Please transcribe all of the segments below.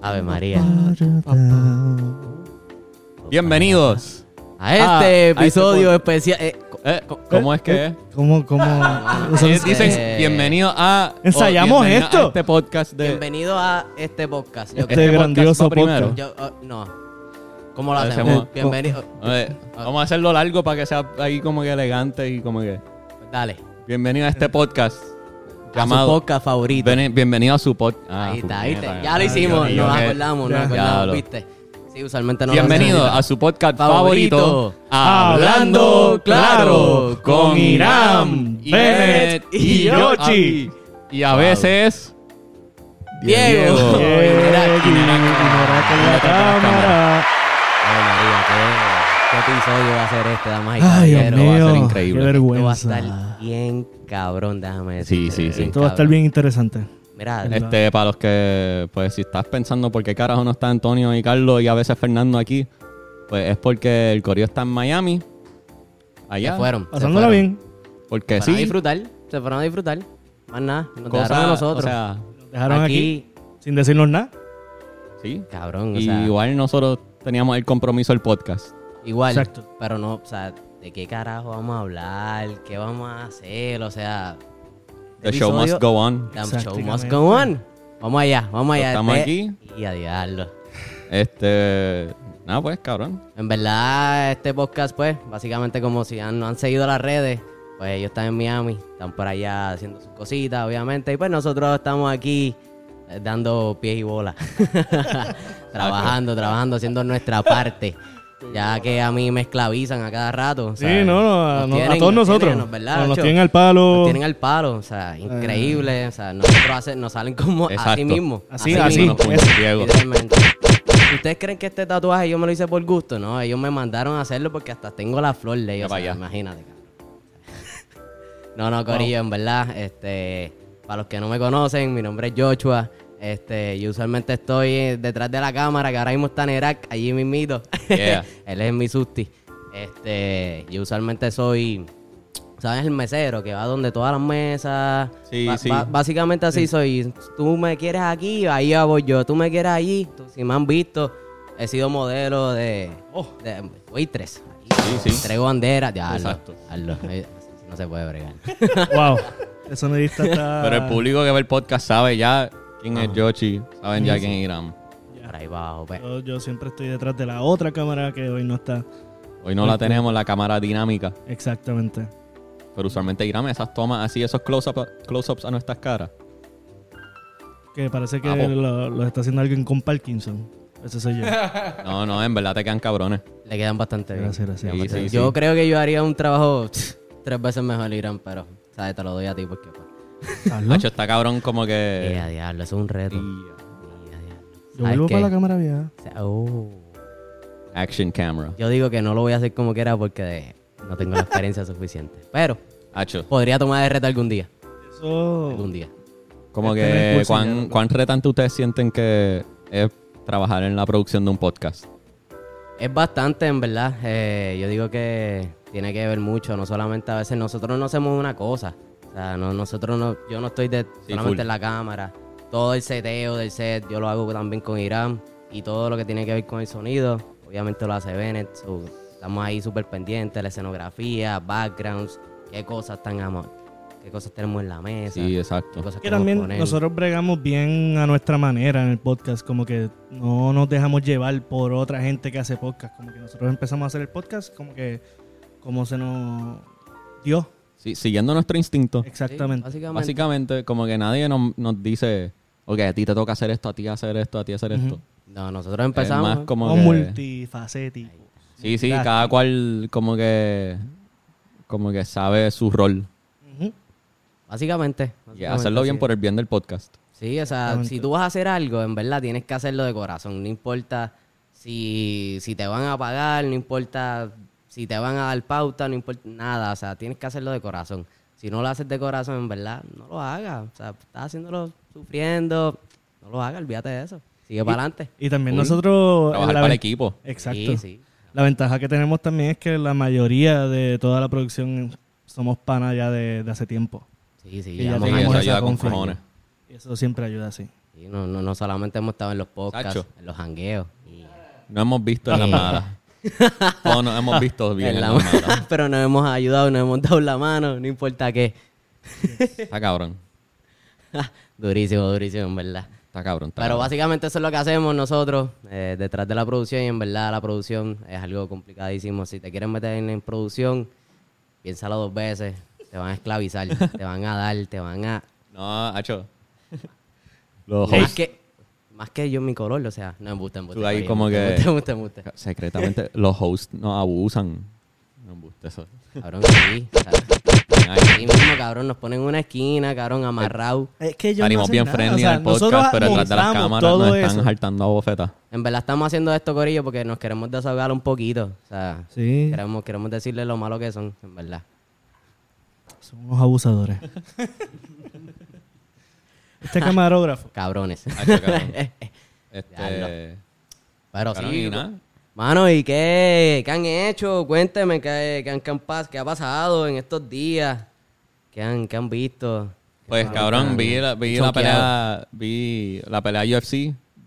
Ave María. este Bienvenidos. A este Ah, a este episodio pod- especial. eh, co- Eh, ¿Cómo es que es? ¿Cómo, cómo? Eh, Usan- Dicen eh, bienvenido a. o ¿Ensayamos bienvenido a esto? este podcast de. bienvenido a este podcast. Yo, Este creo- podcast grandioso va primero. podcast. yo, oh, no. ¿Cómo lo Lo hacemos? hacemos- Bienvenido. Eh, vamos a hacerlo largo para que sea ahí como que elegante y como que. Dale. Bienvenido a este podcast A su llamado. podcast favorito. Bene- bienvenido a su Ah, podcast. ahí está, ahí está. Ya lo hicimos, nos acordamos, nos Ah, Ya. acordamos, Diablo. viste. Sí, usualmente no lo Bienvenido hacemos. a su podcast Favorito. favorito, Hablando Claro con Irán, Bennett y Yoshi. Y a veces Diego. Diego. Yeah, ignorá con la cámara. Ay, María, qué, qué episodio va a ser este, damas y Ay, Dios caballeros. va a ser mío. Qué increíble. Esto va a vergüenza. estar bien cabrón, déjame Sí, decir. sí, sí. Esto va a estar bien interesante. Mira, este para los que pues si estás pensando por qué carajo no está Antonio y Carlos y a veces Fernando aquí, pues es porque el coreo está en Miami. Allá. se fueron. se Pasándola fueron. bien. Porque Se fueron a sí. disfrutar, se fueron a disfrutar. Más nada, nos cosa- dejaron a O nosotros. sea, Dejaron aquí, sin decirnos nada. sí. cabrón, o Y sea, igual. igual nosotros teníamos el compromiso del podcast. Exacto. Pero no, o sea, ¿de qué carajo vamos a hablar? ¿Qué vamos a hacer? O sea, The show episodio- must go on. The show must Exactamente. go on. Vamos allá, vamos allá. Estamos Este- aquí. Y a diablo. Este. Nada, pues, cabrón. En verdad, este podcast, pues, básicamente como si han, no han seguido las redes, pues ellos están en Miami, están por allá haciendo sus cositas, obviamente, y pues nosotros estamos aquí eh, dando pies y bola, trabajando, trabajando, haciendo nuestra parte, ya que a mí me esclavizan a cada rato. o Sí, sea, no, no, a, nos no- a tienen- todos nos nosotros. tienen, ¿verdad, nos Nacho? tienen al palo. Eh. Nos tienen al palo, o sea, increíble, o sea, nosotros hace- nos salen como así Exacto. mismo. Así, Así así. no nos fuimos, es. Diego. Literalmente. ¿Ustedes creen que este tatuaje yo me lo hice por gusto? No, ellos me mandaron a hacerlo porque hasta tengo la flor de ellos. Ya o sea, para allá. imagínate, cabrón. No, no, Corillo, en verdad. Este, para los que no me conocen, mi nombre es Joshua. Este, yo usualmente estoy eh, detrás de la cámara, que ahora mismo está en Irak, allí mismito. Yeah. Él es mi susti. Este, yo usualmente soy, ¿sabes? El mesero que va donde todas las mesas. Sí, Ba- sí. ba- básicamente así soy. Tú me quieres aquí, ahí voy yo. Tú me quieres allí. Tú- si me han visto, he sido modelo de, de buitres. Oh. Sí, sí. Entrego banderas. Ya, hazlo, Exacto. hazlo. Eh, No se puede bregar. Wow. Eso no está. está- Pero el público que ve el podcast sabe ya quién Ah. es Yoshi, saben ya quién es Irán. Por ahí abajo. pues. Yo, yo siempre estoy detrás de la otra cámara que hoy no está. Hoy no la Este. tenemos, la cámara dinámica. Exactamente. Pero usualmente Irán, esas tomas así, esos close-up- close-ups a nuestras caras. Que parece que Ah, po. lo, lo está haciendo alguien con Parkinson. Ese soy yo. No, no, en verdad te quedan cabrones. Le quedan bastante bien. Gracias, gracias. Le quedan Sí, bastante sí, bien. Yo sí. creo que yo haría un trabajo tres veces mejor, Irán, pero, ¿sabes? Te lo doy a ti porque. pues, Carlos, Nacho está cabrón como Eh, que. a diablo, eso es un reto. y- Eh, a diablo. Yo ¿Sabes vuelvo qué? para la cámara vieja. O sea, oh. Action camera. Yo digo que no lo voy a hacer como quiera porque no tengo la experiencia suficiente. Pero Hacho. podría tomar el reto algún día. Oh. Eso. Algún día. Como Este no que. es cursi, ya ¿cuán, lo- ¿Cuán retante ustedes sienten que es trabajar en la producción de un podcast? Es bastante, en verdad. Eh, yo digo que tiene que ver mucho. No solamente a veces nosotros no hacemos una cosa. O sea, no, nosotros no, yo no estoy de, Sí, solamente full. en la cámara. Todo el seteo del set, yo lo hago también con Irán. Y todo lo que tiene que ver con el sonido, obviamente lo hace Bennett. So, estamos ahí súper pendientes, la escenografía, backgrounds, qué cosas están amo- qué cosas tenemos en la mesa. Sí, exacto. cosas Que queremos también poner. nosotros bregamos bien a nuestra manera en el podcast, como que no nos dejamos llevar por otra gente que hace podcast, como que nosotros empezamos a hacer el podcast como que como se nos dio, Sí, siguiendo nuestro instinto. exactamente. Sí, básicamente. Básicamente, como que nadie nos, nos dice, ok, a ti te toca hacer esto, a ti hacer esto, a ti hacer esto. No, nosotros Es empezamos. Eh, más como Somos que- multifacéticos. Sí, sí, Multitask. cada cual como que como que sabe su rol Ujú. Básicamente. y hacerlo bien por el bien del podcast. Sí, o sea, Exactamente. si tú vas a hacer algo, en verdad tienes que hacerlo de corazón. No importa si, si te van a pagar, no importa si te van a dar pauta, no importa nada. O sea, tienes que hacerlo de corazón. Si no lo haces de corazón, en verdad, no lo hagas. O sea, estás haciéndolo sufriendo. No lo hagas, olvídate de eso. Sigue para adelante. Y también Uy, nosotros... Trabajar la para el ven- equipo. Exacto. Sí, sí. La ventaja que tenemos también es que la mayoría de toda la producción somos panas ya de, de hace tiempo. Sí, sí. Que ya llevamos Sí, tenemos años. esa eso ayuda con confianza. cojones. Y eso siempre ayuda, sí. Y no, no, no solamente hemos estado en los podcasts, Sacho. en los jangueos. y- No hemos visto en las Sí. malas. O no hemos visto bien en en la las malas. mano. Pero nos hemos ayudado, nos hemos dado la mano, no importa qué. Está cabrón. durísimo, durísimo, en verdad. Está cabrón. Está Pero cabrón. básicamente eso es lo que hacemos nosotros eh, detrás de la producción y en verdad la producción es algo complicadísimo. Si te quieren meter en, en producción, piénsalo dos veces. Te van a esclavizar, te van a dar, te van a... No, hacho. Los Más hosts que, más que yo en mi color, o sea, no me gusta, me gusta. Tú ahí como que- Me gusta, me gusta. secretamente, los hosts nos abusan. No me gusta eso. Cabrón, sí. o sea, Ay, Ahí mismo, cabrón, nos ponen en una esquina, cabrón, amarrado. Es que yo Salimos no bien friendly en el podcast, pero detrás de las cámaras nos están saltando a bofetas. En verdad estamos haciendo esto, Corillo, porque nos queremos desahogar un poquito. O sea, Sí, queremos, queremos decirles lo malo que son, en verdad. son unos abusadores. este camarógrafo. Cabrones. Hacho, cabrón. Este, Pero cabrón, sí. y nada. Mano, ¿y qué, qué han hecho? Cuénteme, ¿qué, qué han, qué han pas- qué ha pasado en estos días? ¿Qué han, qué han visto? Pues cabrón, vi la, vi la Choqueado. pelea, vi la pelea UFC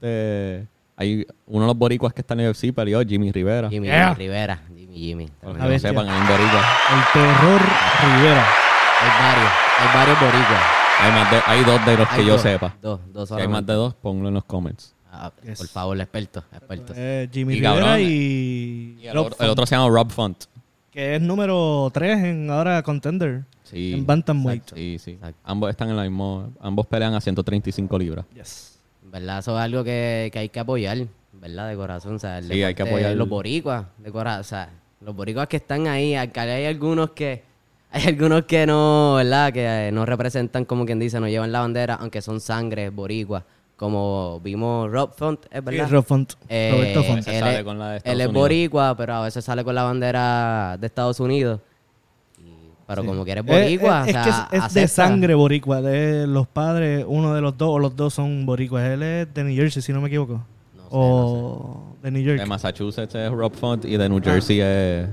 de hay uno de los boricuas que está en el UFC peleó Jimmy Rivera. Jimmy, Yeah. Jimmy Rivera. Jimmy, Jimmy. Hay Para los La que no bestia. sepan, hay un boricua. El terror Rivera. varios, hay varios boricuas. Hay, más de- hay dos de los que Hay yo dos, sepa. Dos, dos Si hay más solamente. de dos, ponlo en los comments. Ah, Yes. Por favor, expertos, expertos. Eh, Jimmy Y Rivera cabrón, y, el, Rob otro, Font, se llama Rob Font. que es número 3 en ahora contender Sí. en bantamweight. Exacto. Sí, sí. Exacto. Ambos están en la misma. Ambos pelean a 135 libras. Yes. En ¿Verdad? Eso es algo que, que hay que apoyar, ¿verdad? De corazón. O sea, el Sí, hay que deporte- apoyar. Los boricuas, de corazón. O sea, los boricuas que están ahí, acá hay algunos que. Hay algunos que no, ¿verdad? Que eh, no representan, como quien dice, no llevan la bandera, aunque son sangre boricuas. Como vimos Rob Font, Sí, ¿es verdad? Rob Font, Eh, Roberto Font. veces él sale es- con la de Estados Él es Unidos. boricua, pero a veces sale con la bandera de Estados Unidos. Y- pero Sí. como que eres Eh, boricua, eh, es, o que sea, es- es de acepta. sangre boricua, de los padres, uno de los dos o los dos son boricuas. Él es de New Jersey, si no me equivoco. No sé, o de New York. De Massachusetts es Rob Font y de New Jersey es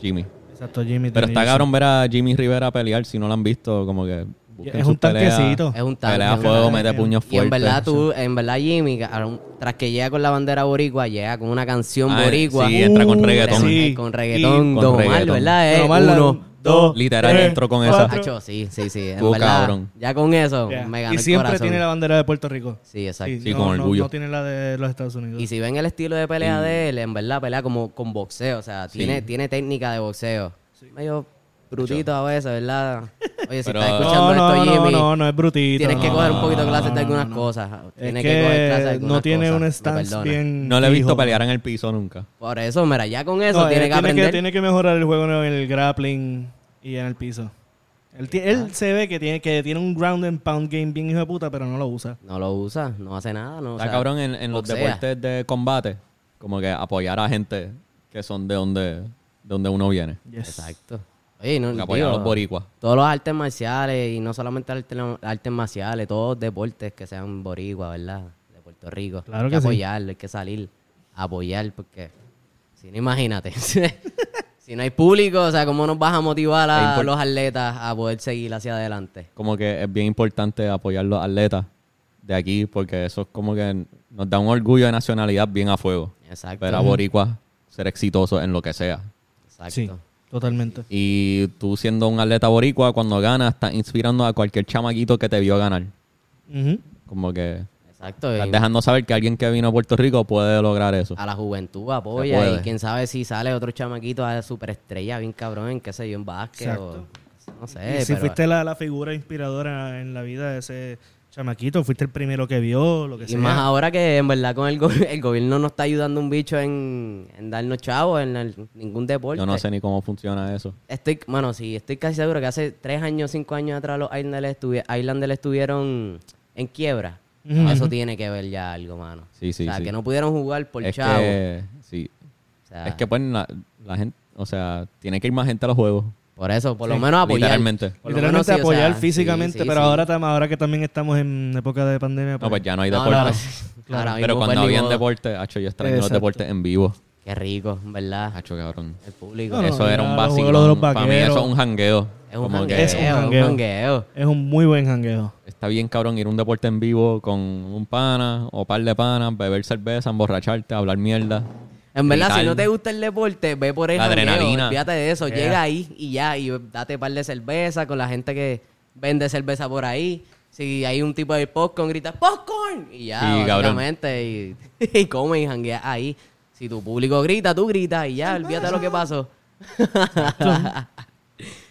Jimmy. Exacto, Jimmy. de Pero New está Jersey. cabrón ver a Jimmy Rivera pelear si no lo han visto, como que busquen Es sus un tanquecito. Es un tanque. Pelea a es un fuego, tanque. mete puños Y fuertes. en verdad, tú, en verdad, Jimmy, cabrón, tras que llega con la bandera boricua, llega con una canción Ah, boricua. sí, entra con Uh, reggaetón. con- Sí. Con reggaetón, Y- con Don Omar, reggaetón. ¿verdad? Es Don Omar, la- uno, dos, Literal tres, entró con cuatro. esa. Hacho, sí, sí, sí. En Tú, verdad, cabrón. ya con eso Yeah. me ganó Y el siempre corazón. tiene la bandera de Puerto Rico. Sí, exacto. Sí, Sí, no, con no- orgullo. No, tiene la de los Estados Unidos. Y si ven el estilo de pelea de él, en verdad pelea como con boxeo, o sea, tiene, tiene técnica de boxeo. Medio brutito a veces, ¿verdad? Oye, si Pero- estás no, escuchando no, esto, Jimmy, no, no, no es brutito. tienes que no, coger un no, poquito de no, clases de no, algunas no. cosas. Es Tienes que, que, coger clases de algunas no tiene cosas, un me stance perdona. bien. No le he visto fijo. pelear en el piso nunca. Por eso, mira, ya con eso No, él tiene que aprender. tiene que mejorar el juego en el grappling y en el piso. Él, ti- él se ve que tiene, que tiene un ground and pound game bien hijo de puta, pero no lo usa. No lo usa, no hace nada. No, o Está sea, cabrón en, en los boxea. deportes de combate, como que apoyar a gente que son de donde, de donde uno viene. Yes. Exacto. Oye, no, Como que apoyar a digo, los boricuas. todos los artes marciales, y no solamente artes, artes marciales, todos los deportes que sean boricua, ¿verdad? De Puerto Rico. Claro hay que que sí. apoyarlo, hay que salir a apoyar, porque si no, imagínate. si no hay público, o sea, ¿cómo nos vas a motivar Es a import- los atletas a poder seguir hacia adelante? Como que es bien importante apoyar los atletas de aquí, porque eso es como que nos da un orgullo de nacionalidad bien a fuego. Exacto. Ver a boricuas ser exitosos en lo que sea. Exacto. Sí, totalmente. Y tú siendo un atleta boricua, cuando ganas, estás inspirando a cualquier chamaquito que te vio ganar. Ujú. Como que Exacto. y- estás dejando saber que alguien que vino a Puerto Rico puede lograr eso. a la juventud Se apoya puede. y quién sabe si sale otro chamaquito a superestrella bien cabrón en qué sé yo en básquet o no sé y si Eh, pero fuiste la, la figura inspiradora en la vida de ese chamaquito, fuiste el primero que vio, lo que y sea. más ahora que en verdad con el, go- el gobierno no está ayudando un bicho en, en darnos chavos en el- ningún deporte Yo no sé ni cómo funciona eso. estoy bueno sí estoy casi seguro que hace tres años cinco años atrás los Islanders, estuvi- Islanders estuvieron en quiebra Ujú. eso tiene que ver ya algo mano Sí, sí, o sea sí. que no pudieron jugar por es chavo Ah. que, sí. O sea, Es que pues la, la gente, o sea, tiene que ir más gente a los juegos. por eso por lo menos apoyar Literalmente. Por lo menos Literalmente sí, o sea, apoyar sí, físicamente, sí, pero sí. ahora, tam- ahora que también estamos en época de pandemia. No, pues ya no hay No, deporte. no, no. Ahora Pero mismo, cuando pues, ni habían modo. deporte, hacho, yo extraño los Exacto. deportes en vivo. Qué rico, en ¿verdad? Hacho, cabrón. El público. No, no, eso era un ya, los vacío. juegos de los Para mí vaqueros. eso es un jangueo. es un Como que jangueo, es Es un un jangueo. jangueo. Es un muy buen jangueo. está bien cabrón ir a un deporte en vivo con un pana o par de panas, beber cerveza, emborracharte, hablar mierda. En verdad, si Vital. no te gusta el deporte, ve por el La jangueo, adrenalina. Olvídate de eso. Yeah. Llega ahí y ya. Y date par de cerveza con la gente que vende cerveza por ahí. Si hay un tipo de popcorn, gritas ¡Popcorn! Y ya, Sí, cabrón. básicamente. Y, y come y janguea ahí. Si tu público grita, tú gritas y ya. Olvídate de lo que pasó.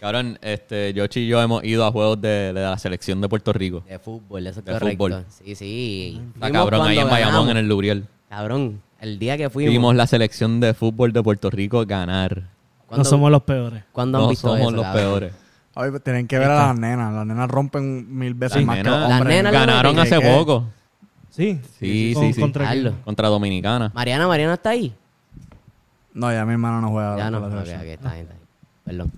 Cabrón, este, Yoshi y yo hemos ido a juegos de, de la selección de Puerto Rico. De fútbol, eso es De correcto. fútbol. Sí, sí. Está Fuimos cabrón ahí cuando en Bayamón, ganamos. en el Lubriel. Cabrón, el día que fuimos. Vimos la selección de fútbol de Puerto Rico ganar. ¿cuándo- No somos los peores. ¿cuándo han No visto somos eso, los cabrón? peores. Ay, pues, tienen que ver a las nenas. Las nenas rompen mil veces Las más que los nenas- Las hombres. nenas- Ganaron ¿Qué, hace qué? poco Sí. Sí, sí, sí. Contra Carlos. quién? contra Dominicana. Mariana, Mariana está ahí. No, ya mi hermana no juega. Ya con no, la ok, selección. ok, está bien, está bien. Perdón.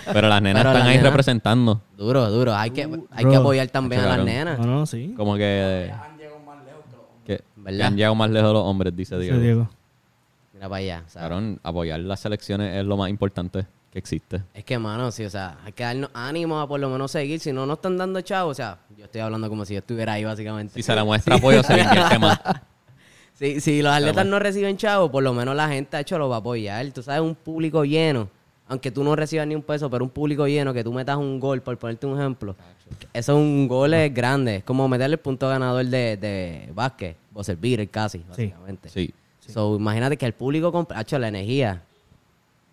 Pero las nenas Pero las están ahí nenas- representando. Duro, duro. Hay que, hay Duro. que apoyar también a las Cabrón. nenas. No, no, sí. Como que. que- ¿Verdad? que han llegado más lejos los hombres, dice Sí, Diego. Diego. Mira para allá. o sea, Cabrón, apoyar las selecciones es lo más importante que existe. Es que, mano, sí, o sea, hay que darnos ánimo a por lo menos seguir. Si no nos están dando chavo, o sea, yo estoy hablando como si yo estuviera ahí, básicamente. Si se le muestra apoyo, se le invierte más. Si, si los atletas no reciben chavo, por lo menos la gente ha hecho lo va a apoyar. Tú sabes, un público lleno, aunque tú no recibas ni un peso, pero un público lleno que tú metas un gol, por ponerte un ejemplo, eso es un gol es grande. Es como meterle el punto ganador de, de básquet, o servir casi, básicamente. Sí. So, imagínate que el público compra, hecho, la energía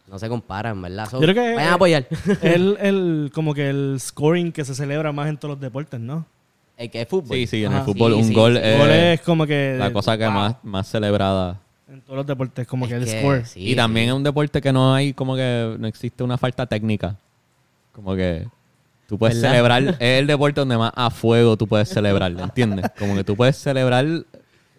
no se compara, en verdad. So, Yo creo que- eh, vayan a apoyar. el, el, como que el scoring que se celebra más en todos los deportes, ¿no? el que es fútbol. Sí, sí, en el Ajá. fútbol Ah, Sí, un sí, gol sí. es Gol es como que Eh, la cosa que más, más celebrada. en todos los deportes, como Es que el que score. sí, y también es un deporte que no hay, como que no existe una falta técnica. Como que tú puedes ¿Verdad? celebrar, es el deporte donde más a fuego tú puedes celebrar, ¿entiendes? Como que tú puedes celebrar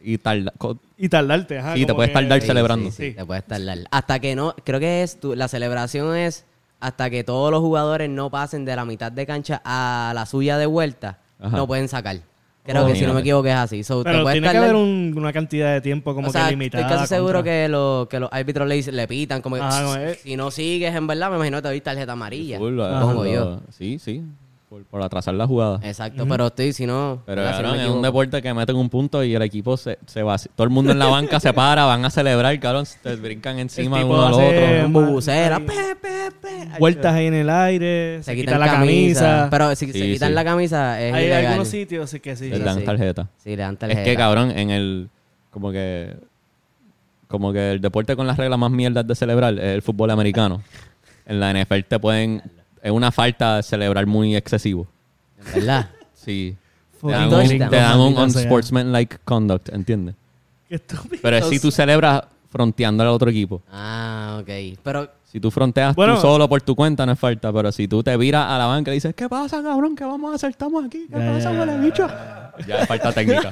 y tal. Y tardarte, ajá. Sí, te como puedes que- tardar Sí, celebrando. sí, sí, Sí. te puedes tardar. Hasta que no, creo que es tu- la celebración es hasta que todos los jugadores no pasen de la mitad de cancha a la suya de vuelta, Ajá. no pueden sacar. Creo Oh, que si no mírate. me equivoco es así. So, te Pero puedes tiene que tardar- haber un- una cantidad de tiempo como o sea, que limitada. Estoy casi seguro contra- que, lo- que los árbitros le, dicen- le pitan como que, Ajá, como es. si no sigues, en verdad, me imagino que te doy tarjeta amarilla. Full, eh, Pongo lo- yo. Sí, sí. Por, por atrasar la jugada. Exacto, pero estoy, si no... Pero ¿verdad? Si no cabrón, me es un equivoco. deporte que meten un punto y el equipo se, se va. Todo el mundo en la banca se para, van a celebrar, cabrón, te brincan encima tipo uno al hace- otro. Un bubucera, Ahí. pe, pe, pe. Vueltas ahí en el aire, se, quita la camisa. Pero si se Sí, quitan sí. la camisa es hay ilegal. algunos sitios sí que sí. Les Sí, dan sí. tarjeta. Sí, le dan Es que tarjeta. cabrón, en el como que como que el deporte con las reglas más mierdas de celebrar es el fútbol americano. En la NFL te pueden es una falta celebrar muy excesivo. En ¿Verdad? Sí. Te Fucking dan un, touchdown. te dan un Maldita sea. unsportsmanlike conduct, ¿entiendes? Qué estúpido. Pero es si tú celebras fronteando al otro equipo. Ah, ok. Pero Si tú fronteas Bueno. tú solo por tu cuenta no es falta, pero si tú te viras a la banca y dices, "¿Qué pasa, cabrón? ¿Qué vamos a hacer? Estamos aquí. ¿Qué Ya, pasa, ya, huele bicho?" Ya es falta técnica.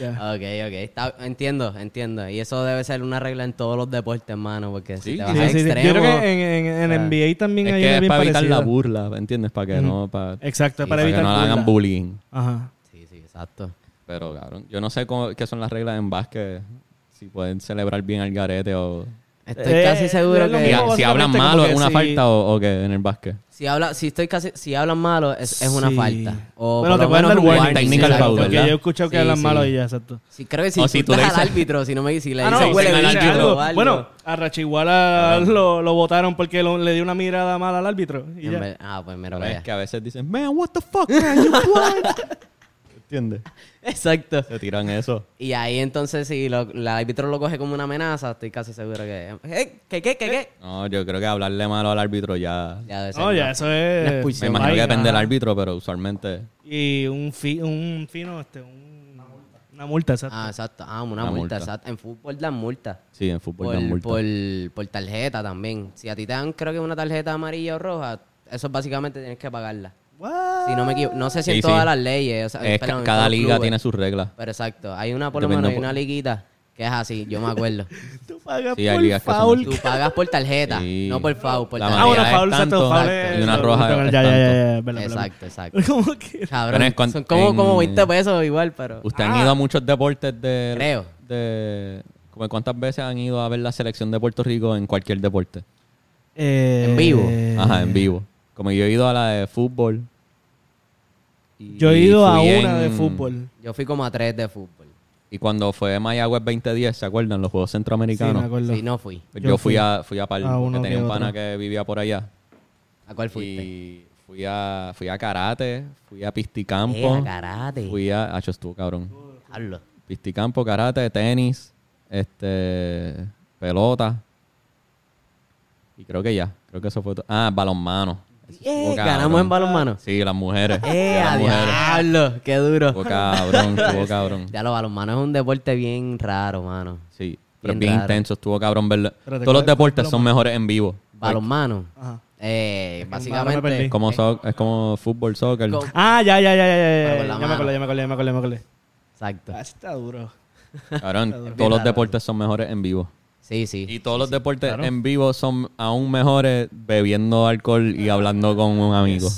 Ya. Ok, ok. Está- entiendo, entiendo. Y eso debe ser una regla en todos los deportes, hermano, porque si Sí, te sí, vas Sí, a sí, sí. Yo creo extremo... que eh, en, en- en NBA también es hay que una es bien para evitar la parecida. burla, ¿entiendes? Para que no para Exacto, Sí, para Para evitar que no burla. hagan bullying. Ajá. Sí, sí, exacto. Pero, cabrón, yo no sé cómo- qué son las reglas en básquet. Si pueden celebrar bien al garete o... Estoy Eh, casi seguro es lo que... Si, mismo. si hablan básicamente mal como o es que una si- falta o, o qué en el básquet. Si, habla, si, estoy casi, si hablan malo, es, es una Sí. falta. O bueno, por te lo pueden menos dar un warning, warning, technical exacto. foul, Porque ¿verdad? yo he escuchado que Sí, hablan sí. malo y ya, exacto. Sí, creo que si O si tú insultas le al dices- árbitro, si no me si le Ah, dices no, huele dicen al bicho árbitro, o algo. Bueno, a Rachiguala lo, lo votaron porque lo- le dio una mirada mala al árbitro. y En ya. ver- Ah, pues mira, Pero vaya. es que a veces dicen, man, what the fuck, man, you blind." ¿Entiendes? Exacto. Se tiran eso. Y ahí entonces, si lo- el árbitro lo coge como una amenaza, estoy casi seguro que... Eh, ¿Qué, qué, qué, qué? No, yo creo que hablarle malo al árbitro ya... Ya debe ser, No, ¿no? oh, ya, eso Una es. expulsión. Me imagino que vaina, depende del ajá. árbitro, pero usualmente... Y un, fi- un fino, este, un- una multa. exacto. Ah, exacto. Ah, una, Una multa, multa. exacto. En fútbol dan multa. Sí, en fútbol Por, dan multa. por, por tarjeta también. Si a ti te dan, creo que una tarjeta amarilla o roja, eso básicamente tienes que pagarla. What? Si no me equivoco, no sé si Sí, en todas sí. las leyes. o sea, Es ca- perdón, en cada todos los liga clubes. tiene sus reglas. Pero exacto, hay una por lo menos, Depende, hay no- una liguita que es así, yo me acuerdo. Tú pagas Sí, hay por ligas que son foul. así. Tú pagas por tarjeta, Sí. no por foul, por La tarjeta. Ah, bueno, María, foul, es exacto, tanto, foul. exacto. es- Y una roja Ya, es ya, ya, tanto. ya, verdad, verdad. Exacto, exacto. ¿Cómo que? Cabrón, Pero es cuan- son como, en- como 20 pesos igual, pero... Ustedes han ido a muchos deportes de. Creo. De, Como cuántas veces han ido a ver la selección de Puerto Rico en cualquier deporte. Eh, En vivo. Ajá, en vivo. Como yo he ido a la de fútbol. Y- Yo he ido a fui una de en- fútbol. Yo fui como a tres de fútbol. Y cuando fue Mayagüez 2010, ¿se acuerdan? Los Juegos Centroamericanos. Sí, me acuerdo. Sí, no fui. Pues Yo yo, fui fui a, fui a Pal, a uno porque tenía que un otro. pana que vivía por allá. ¿A cuál fuiste? Y fui a, fui a karate, fui a Eh, pisticampo. a karate. fui a. Hacho, estuvo cabrón. Hablo. Pisticampo, karate, tenis, este. pelota. Y creo que ya. Creo que eso fue todo. Ah, balonmano. Eso estuvo Eh, cabrón. ganamos en balonmano. Sí, las mujeres. Eh, a las mujeres. diablo, qué duro. Estuvo cabrón, estuvo cabrón. Ya los balonmanos es un deporte bien raro, mano. Sí, Bien pero es bien raro. intenso, estuvo cabrón verlo. Espérate, Todos ¿cuál- los deportes cuál son mejores en vivo. Balonmano. Ajá. Eh, ahora me básicamente. perdí. Es como, so- es como fútbol, soccer. Con- Ah, ya, ya, ya, ya, ya, Pero ya. con la Ya me acordé, ya me acordé, ya me acordé, ya me acordé. Exacto. Ah, ese está duro. Cabrón, bien todos los raro. deportes son mejores en vivo. Sí, sí. Y todos los deportes en vivo son aún mejores bebiendo alcohol y hablando con un amigo.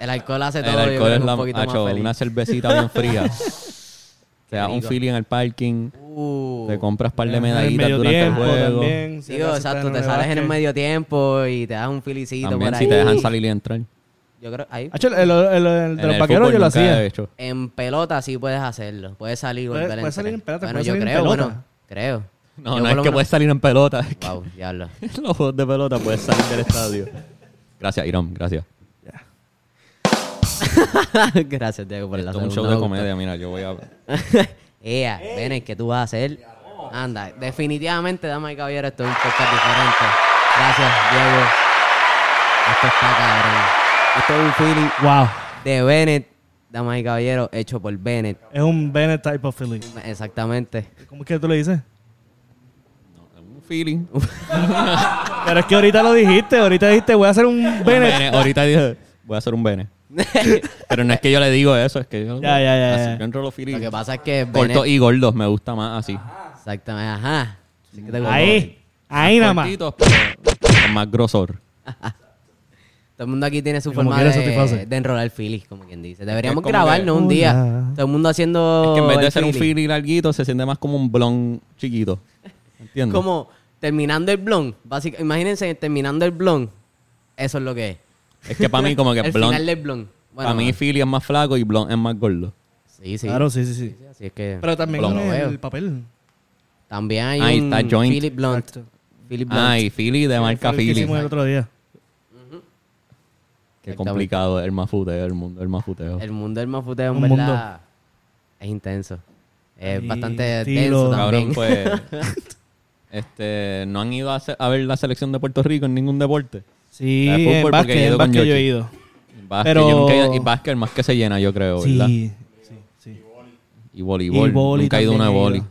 El alcohol hace El todo. yo alcohol creo, es un la poquito macho, más feliz. una cervecita bien fría. Te da un rico. feeling en el parking, Uh, te compras par En de el medallitas medio durante el tiempo juego. También, también, si digo, acaso está exacto, en te el sales en el básquet. medio tiempo y te das un filicito por ahí. si te dejan salir y entrar. Yo creo, ahí, Ah, chul, el, el- el de En los el vaqueros fútbol yo lo nunca hacía. he hecho. en pelota sí puedes hacerlo. Puedes salir y Puedes- volver a puedes salir en entrar. pelota, Bueno, puedes yo salir en creo, bueno, pelota. creo. No, Yo por no es lo que menos- puedes salir en pelota. es que- Wow, diablo. Los juegos de pelota puedes salir del estadio. Gracias, Irán, gracias. Gracias, Diego, por la Esto es un segunda show de justa. comedia, mira, yo voy a... Ea, Benes, ¿qué tú vas a hacer? Anda, definitivamente, dame y caballero, esto es un podcast diferente. Gracias, Diego. Esto está cabrón. Esto es un feeling Wow. de Bennett, damas y caballeros, hecho por Bennett. Es un Bennett type of feeling. Exactamente. ¿Cómo es que tú le dices? Un feeling. Pero es que ahorita lo dijiste, ahorita dijiste voy a hacer un Bennett. Bene, Ahorita dije, voy a hacer un bene. Pero no es que yo le digo eso, es que yo... Ya, ya, ya, Así, ya. yo entro los feelings. Lo que pasa es que Cortos Bennett... y gordos, me gusta más así. Exactamente, ajá. Así que te- Ahí, ahí nada más. Cortitos, pero con más grosor. Todo el mundo aquí tiene su Y como forma quiera de, satisface. de enrolar filis, como quien dice. Deberíamos Es como grabarnos que- un día. Hola. Todo el mundo haciendo. Es que en vez de Oh, el ser un feeling. feeling larguito, se siente más como un blon chiquito. ¿Entiendes? Como terminando el blon. Básica, imagínense terminando el blon. Eso es lo que es. Es que para mí como que el blon... final del blon. Bueno, para mí feeling es más flaco y blon es más gordo. Sí, sí. Claro, sí, sí, sí. Así es que. Pero también Lo con veo. el papel. también hay Ahí un está joint. Philip Blunt. Exacto. Philip Blunt. Ah, y feeling de marca Fue el que feeling. hicimos el otro día. Qué complicado, el mafuteo, el mundo, el mafuteo. El mundo del mafuteo, en Un verdad, mundo. es intenso. Es Ahí, bastante tiro. denso Cabrón, también. pues. este, no han ido a, hacer- a ver la selección de Puerto Rico en ningún deporte. Sí, La de fútbol en porque básquet, he ido en con básquet yo he Yoshi. ido. Básquet, Pero- yo nunca he ido- y básquet más que se llena, yo creo, ¿verdad? Sí, sí, sí. Y voleibol. Y voli nunca he ido a una también he voli. ido.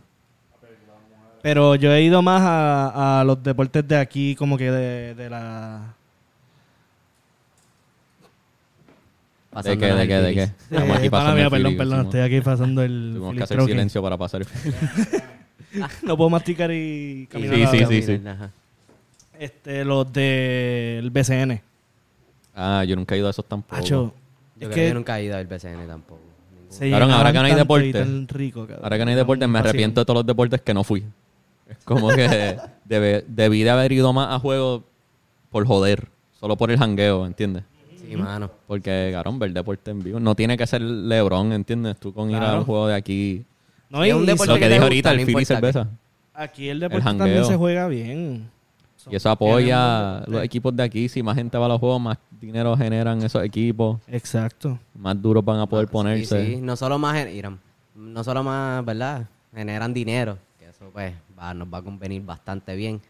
Pero yo he ido más a, a los deportes de aquí, como que de, de la... ¿De Pasándonos qué, de el qué, de filis. qué? Estamos aquí Eh, pana pasando mía, el perdón, feeling, perdón, hicimos- estoy aquí pasando el... Tuvimos que Philip hacer Crockett. silencio para pasar el feeling. No puedo masticar y caminar. Sí, a la sí, vez. sí, sí. Caminar, ajá. Este, los del BCN. Oh, Ah, yo nunca he ido a esos tampoco. Hacho, Yo es creo que que yo nunca he ido al BCN tampoco. se Cabrón, ahora llenaban que no tanto hay y deporte. tan rico, cabrón. Ahora que no hay deportes, me Así. arrepiento de todos los deportes que no fui. Es como que debe- debí de haber ido más a juegos por joder, solo por el jangueo, ¿entiendes? Sí, mano. Porque, cabrón, ver deporte en vivo. No tiene que ser Lebron, ¿entiendes? Tú con ir Claro. al juego de aquí. No, Es y un deporte Lo que que te dije gusta, ahorita, no el Philly importa cerveza. aquí el deporte jangueo. también se juega bien. Y eso apoya los equipos de aquí. Si más gente va a los juegos, más dinero generan esos equipos. Exacto. Más duros van a poder Ah, Sí, ponerse. sí. No solo más, gen- Iram, no solo más, ¿verdad? Generan dinero. Que eso, pues, va- nos va a convenir bastante bien.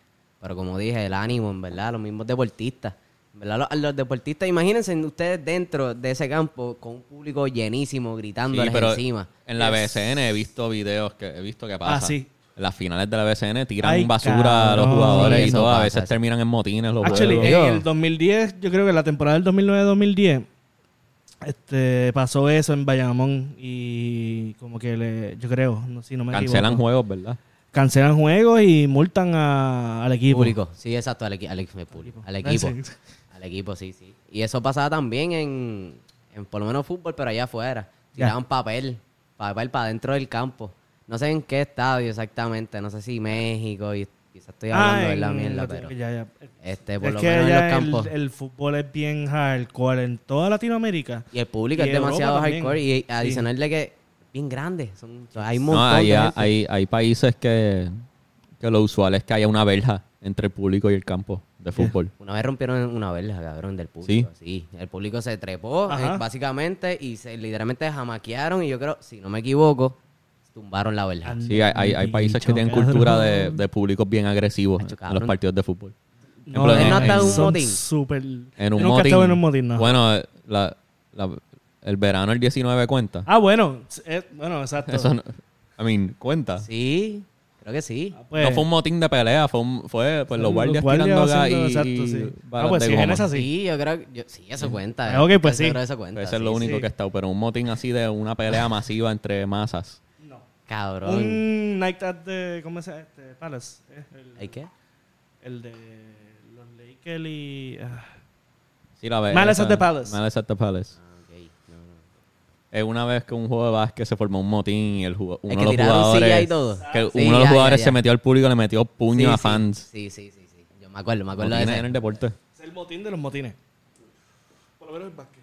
Pero como dije, el ánimo, en verdad, los mismos deportistas. En ¿Verdad? Los, los deportistas, imagínense ustedes dentro de ese campo con un público llenísimo Sí, gritándoles pero encima. en la BCN he visto videos que he visto que pasa. Ah, sí. En las finales de la BCN tiran Ay, basura a los cabrón. jugadores Sí, y eso todo. pasa, a veces eso. terminan en motines los Actually, juegos. Ah, en el 2010, yo creo que la temporada del 2009-2010, este, pasó eso en Bayamón y como que le, yo creo, no, si no me Cancelan equivoco. juegos, ¿verdad? Cancelan juegos y multan a- al equipo. Público, sí, exacto, al, equi- al equi- público, al equipo. Sí. Al equipo, sí, sí. Y eso pasaba también en, en por lo menos fútbol, pero allá afuera. Tiraban papel, papel para dentro del campo. No sé en qué estadio exactamente, no sé si México, y quizás estoy hablando de la Ah, en mierda, Latino- pero. ya, ya. Este, por es lo que menos en los allá campos. el, el fútbol es bien hardcore en toda Latinoamérica. Y el público y es demasiado Europa también. hardcore. Y Sí. adicional de que es bien grande. Son, o sea, hay un No, montón hay, de gente. hay, hay países que, que lo usual es que haya una verja entre el público y el campo de fútbol. Una vez rompieron una verja, cabrón, del público. Sí. El público se trepó, Ajá. eh, básicamente, y se literalmente jamaquearon. Y yo creo, si no me equivoco, tumbaron la verja. Ande- Sí, hay, hay, hay países que Mm, Bicho, tienen cabrón. cultura de, de públicos bien agresivos Hacho, en los cabrón. partidos de fútbol. No, Ejemplo, en- no, en- son motín. súper- En un Nunca he motín. estado en un motín, no. Bueno, eh, la- la- el verano el 19 cuenta. Ah, bueno. eh, bueno, exacto. Eso no, I mean, cuenta. Sí, creo que sí. Ah, pues, no fue un motín de pelea, fue, un- fue pues, los guardias tirando gas y, haciendo- y exacto, sí. balas Ah, pues de sí, en goma. esa sí. Sí, yo creo que yo- sí, eso cuenta. Ah, ok, Estoy pues sí. seguro de Eso cuenta. Eso es sí, lo único sí. que he estado. Pero un motín así de una pelea masiva entre masas. Cabrón. Un night at the... ¿Cómo se llama? Este, Palace. eh, el, ¿Hay qué? el de los Lakers y... ah. Sí, la ve- Malice esa- at the Palace. Malice at the Palace. Ah, ok. No, no. Es una vez que un juego de básquet se formó un motín y el jugo- uno Es de que los tiraron silla y jugadores, todo. que Sí, uno de los ya, jugadores ya, se ya. metió al público y le metió puño Sí, a sí. fans. Sí, sí, sí, sí. Yo me acuerdo, me acuerdo de Motines en ese. el deporte. Es el motín de los motines. Por lo menos el básquet.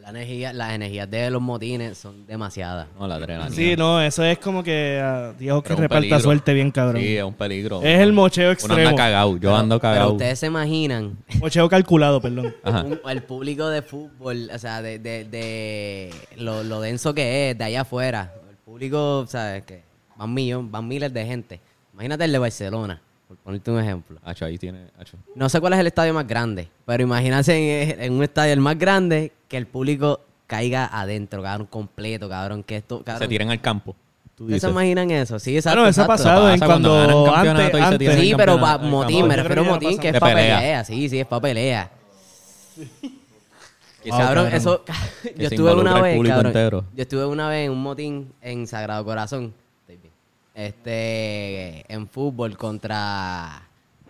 La energía, las energías de los motines son demasiadas. No, la adrenalina. Sí, no, eso es como que ah, Dios que Ah, Pero un reparta peligro. suerte bien cabrón. Sí, es un peligro. es el mocheo Uno anda extremo. cagado, yo ando Pero cagado. ustedes se imaginan Mocheo calculado, perdón. Ajá. un- el público de fútbol, o sea, de, de, de lo, lo denso que es de allá afuera. El público, ¿sabes? Que van millón, van miles de gente. Imagínate el de Barcelona, por ponerte un ejemplo. Acho, ahí tiene. acho. No sé cuál es el estadio más grande, pero imagínense en, en un estadio el más grande que el público caiga adentro, cabrón, completo, cabrón, que esto, Se cabrón. tiran al campo. Tú ¿Ustedes se dices. imaginan eso? Sí, Ah, exacto, no, eso ha exacto. pasado en Pasa cuando cuando, ganan antes, campeonato y se antes. tiran. Sí, el pero pa- campeonato, el motín, campeonato. me Yo refiero creo a que ya motín, pasa. que es De pa' pelea. pelea. sí, sí, es pa' pelea. Y Wow, cabrón, cabrón. eso. yo se estuve involucra una el vez, público cabrón. entero. Yo estuve una vez en un motín en Sagrado Corazón. Estoy bien. Este. En fútbol contra.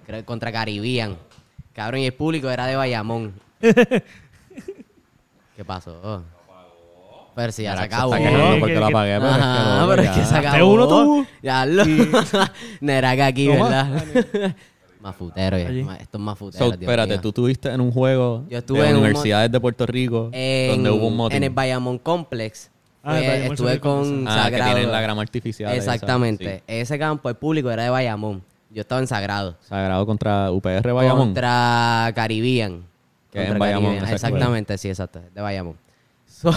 creo- Contra Caribbean. Cabrón, y el público era de Bayamón. ¿Qué pasó? Oh. Pero si ya se Maracho, acabó. Está cagando Sí, porque que- lo que- apagué. pero es que Ajá, lo- pero es ya. que se Hasta acabó. uno tú. Ya lo. no era que aquí, No más. ¿verdad? mafutero, ya. Allí. Ma- Esto es mafutero. So, Dios espérate, mío. tú estuviste en un juego Yo estuve de en un mo- universidades de Puerto Rico En, donde hubo un motín. en el Bayamón Complex. Ah, fue- el Bayamón estuve Shopping con Complex, ah, que Sagrado. tienen la grama artificial. esa. Exactamente. Sí. Ese campo, el público era de Bayamón. Yo estaba en Sagrado. Sagrado contra UPR Bayamón. Contra Caribbean. Que es en Contra Bayamón, exacto. Exactamente, sí, exacto. De Bayamón. So,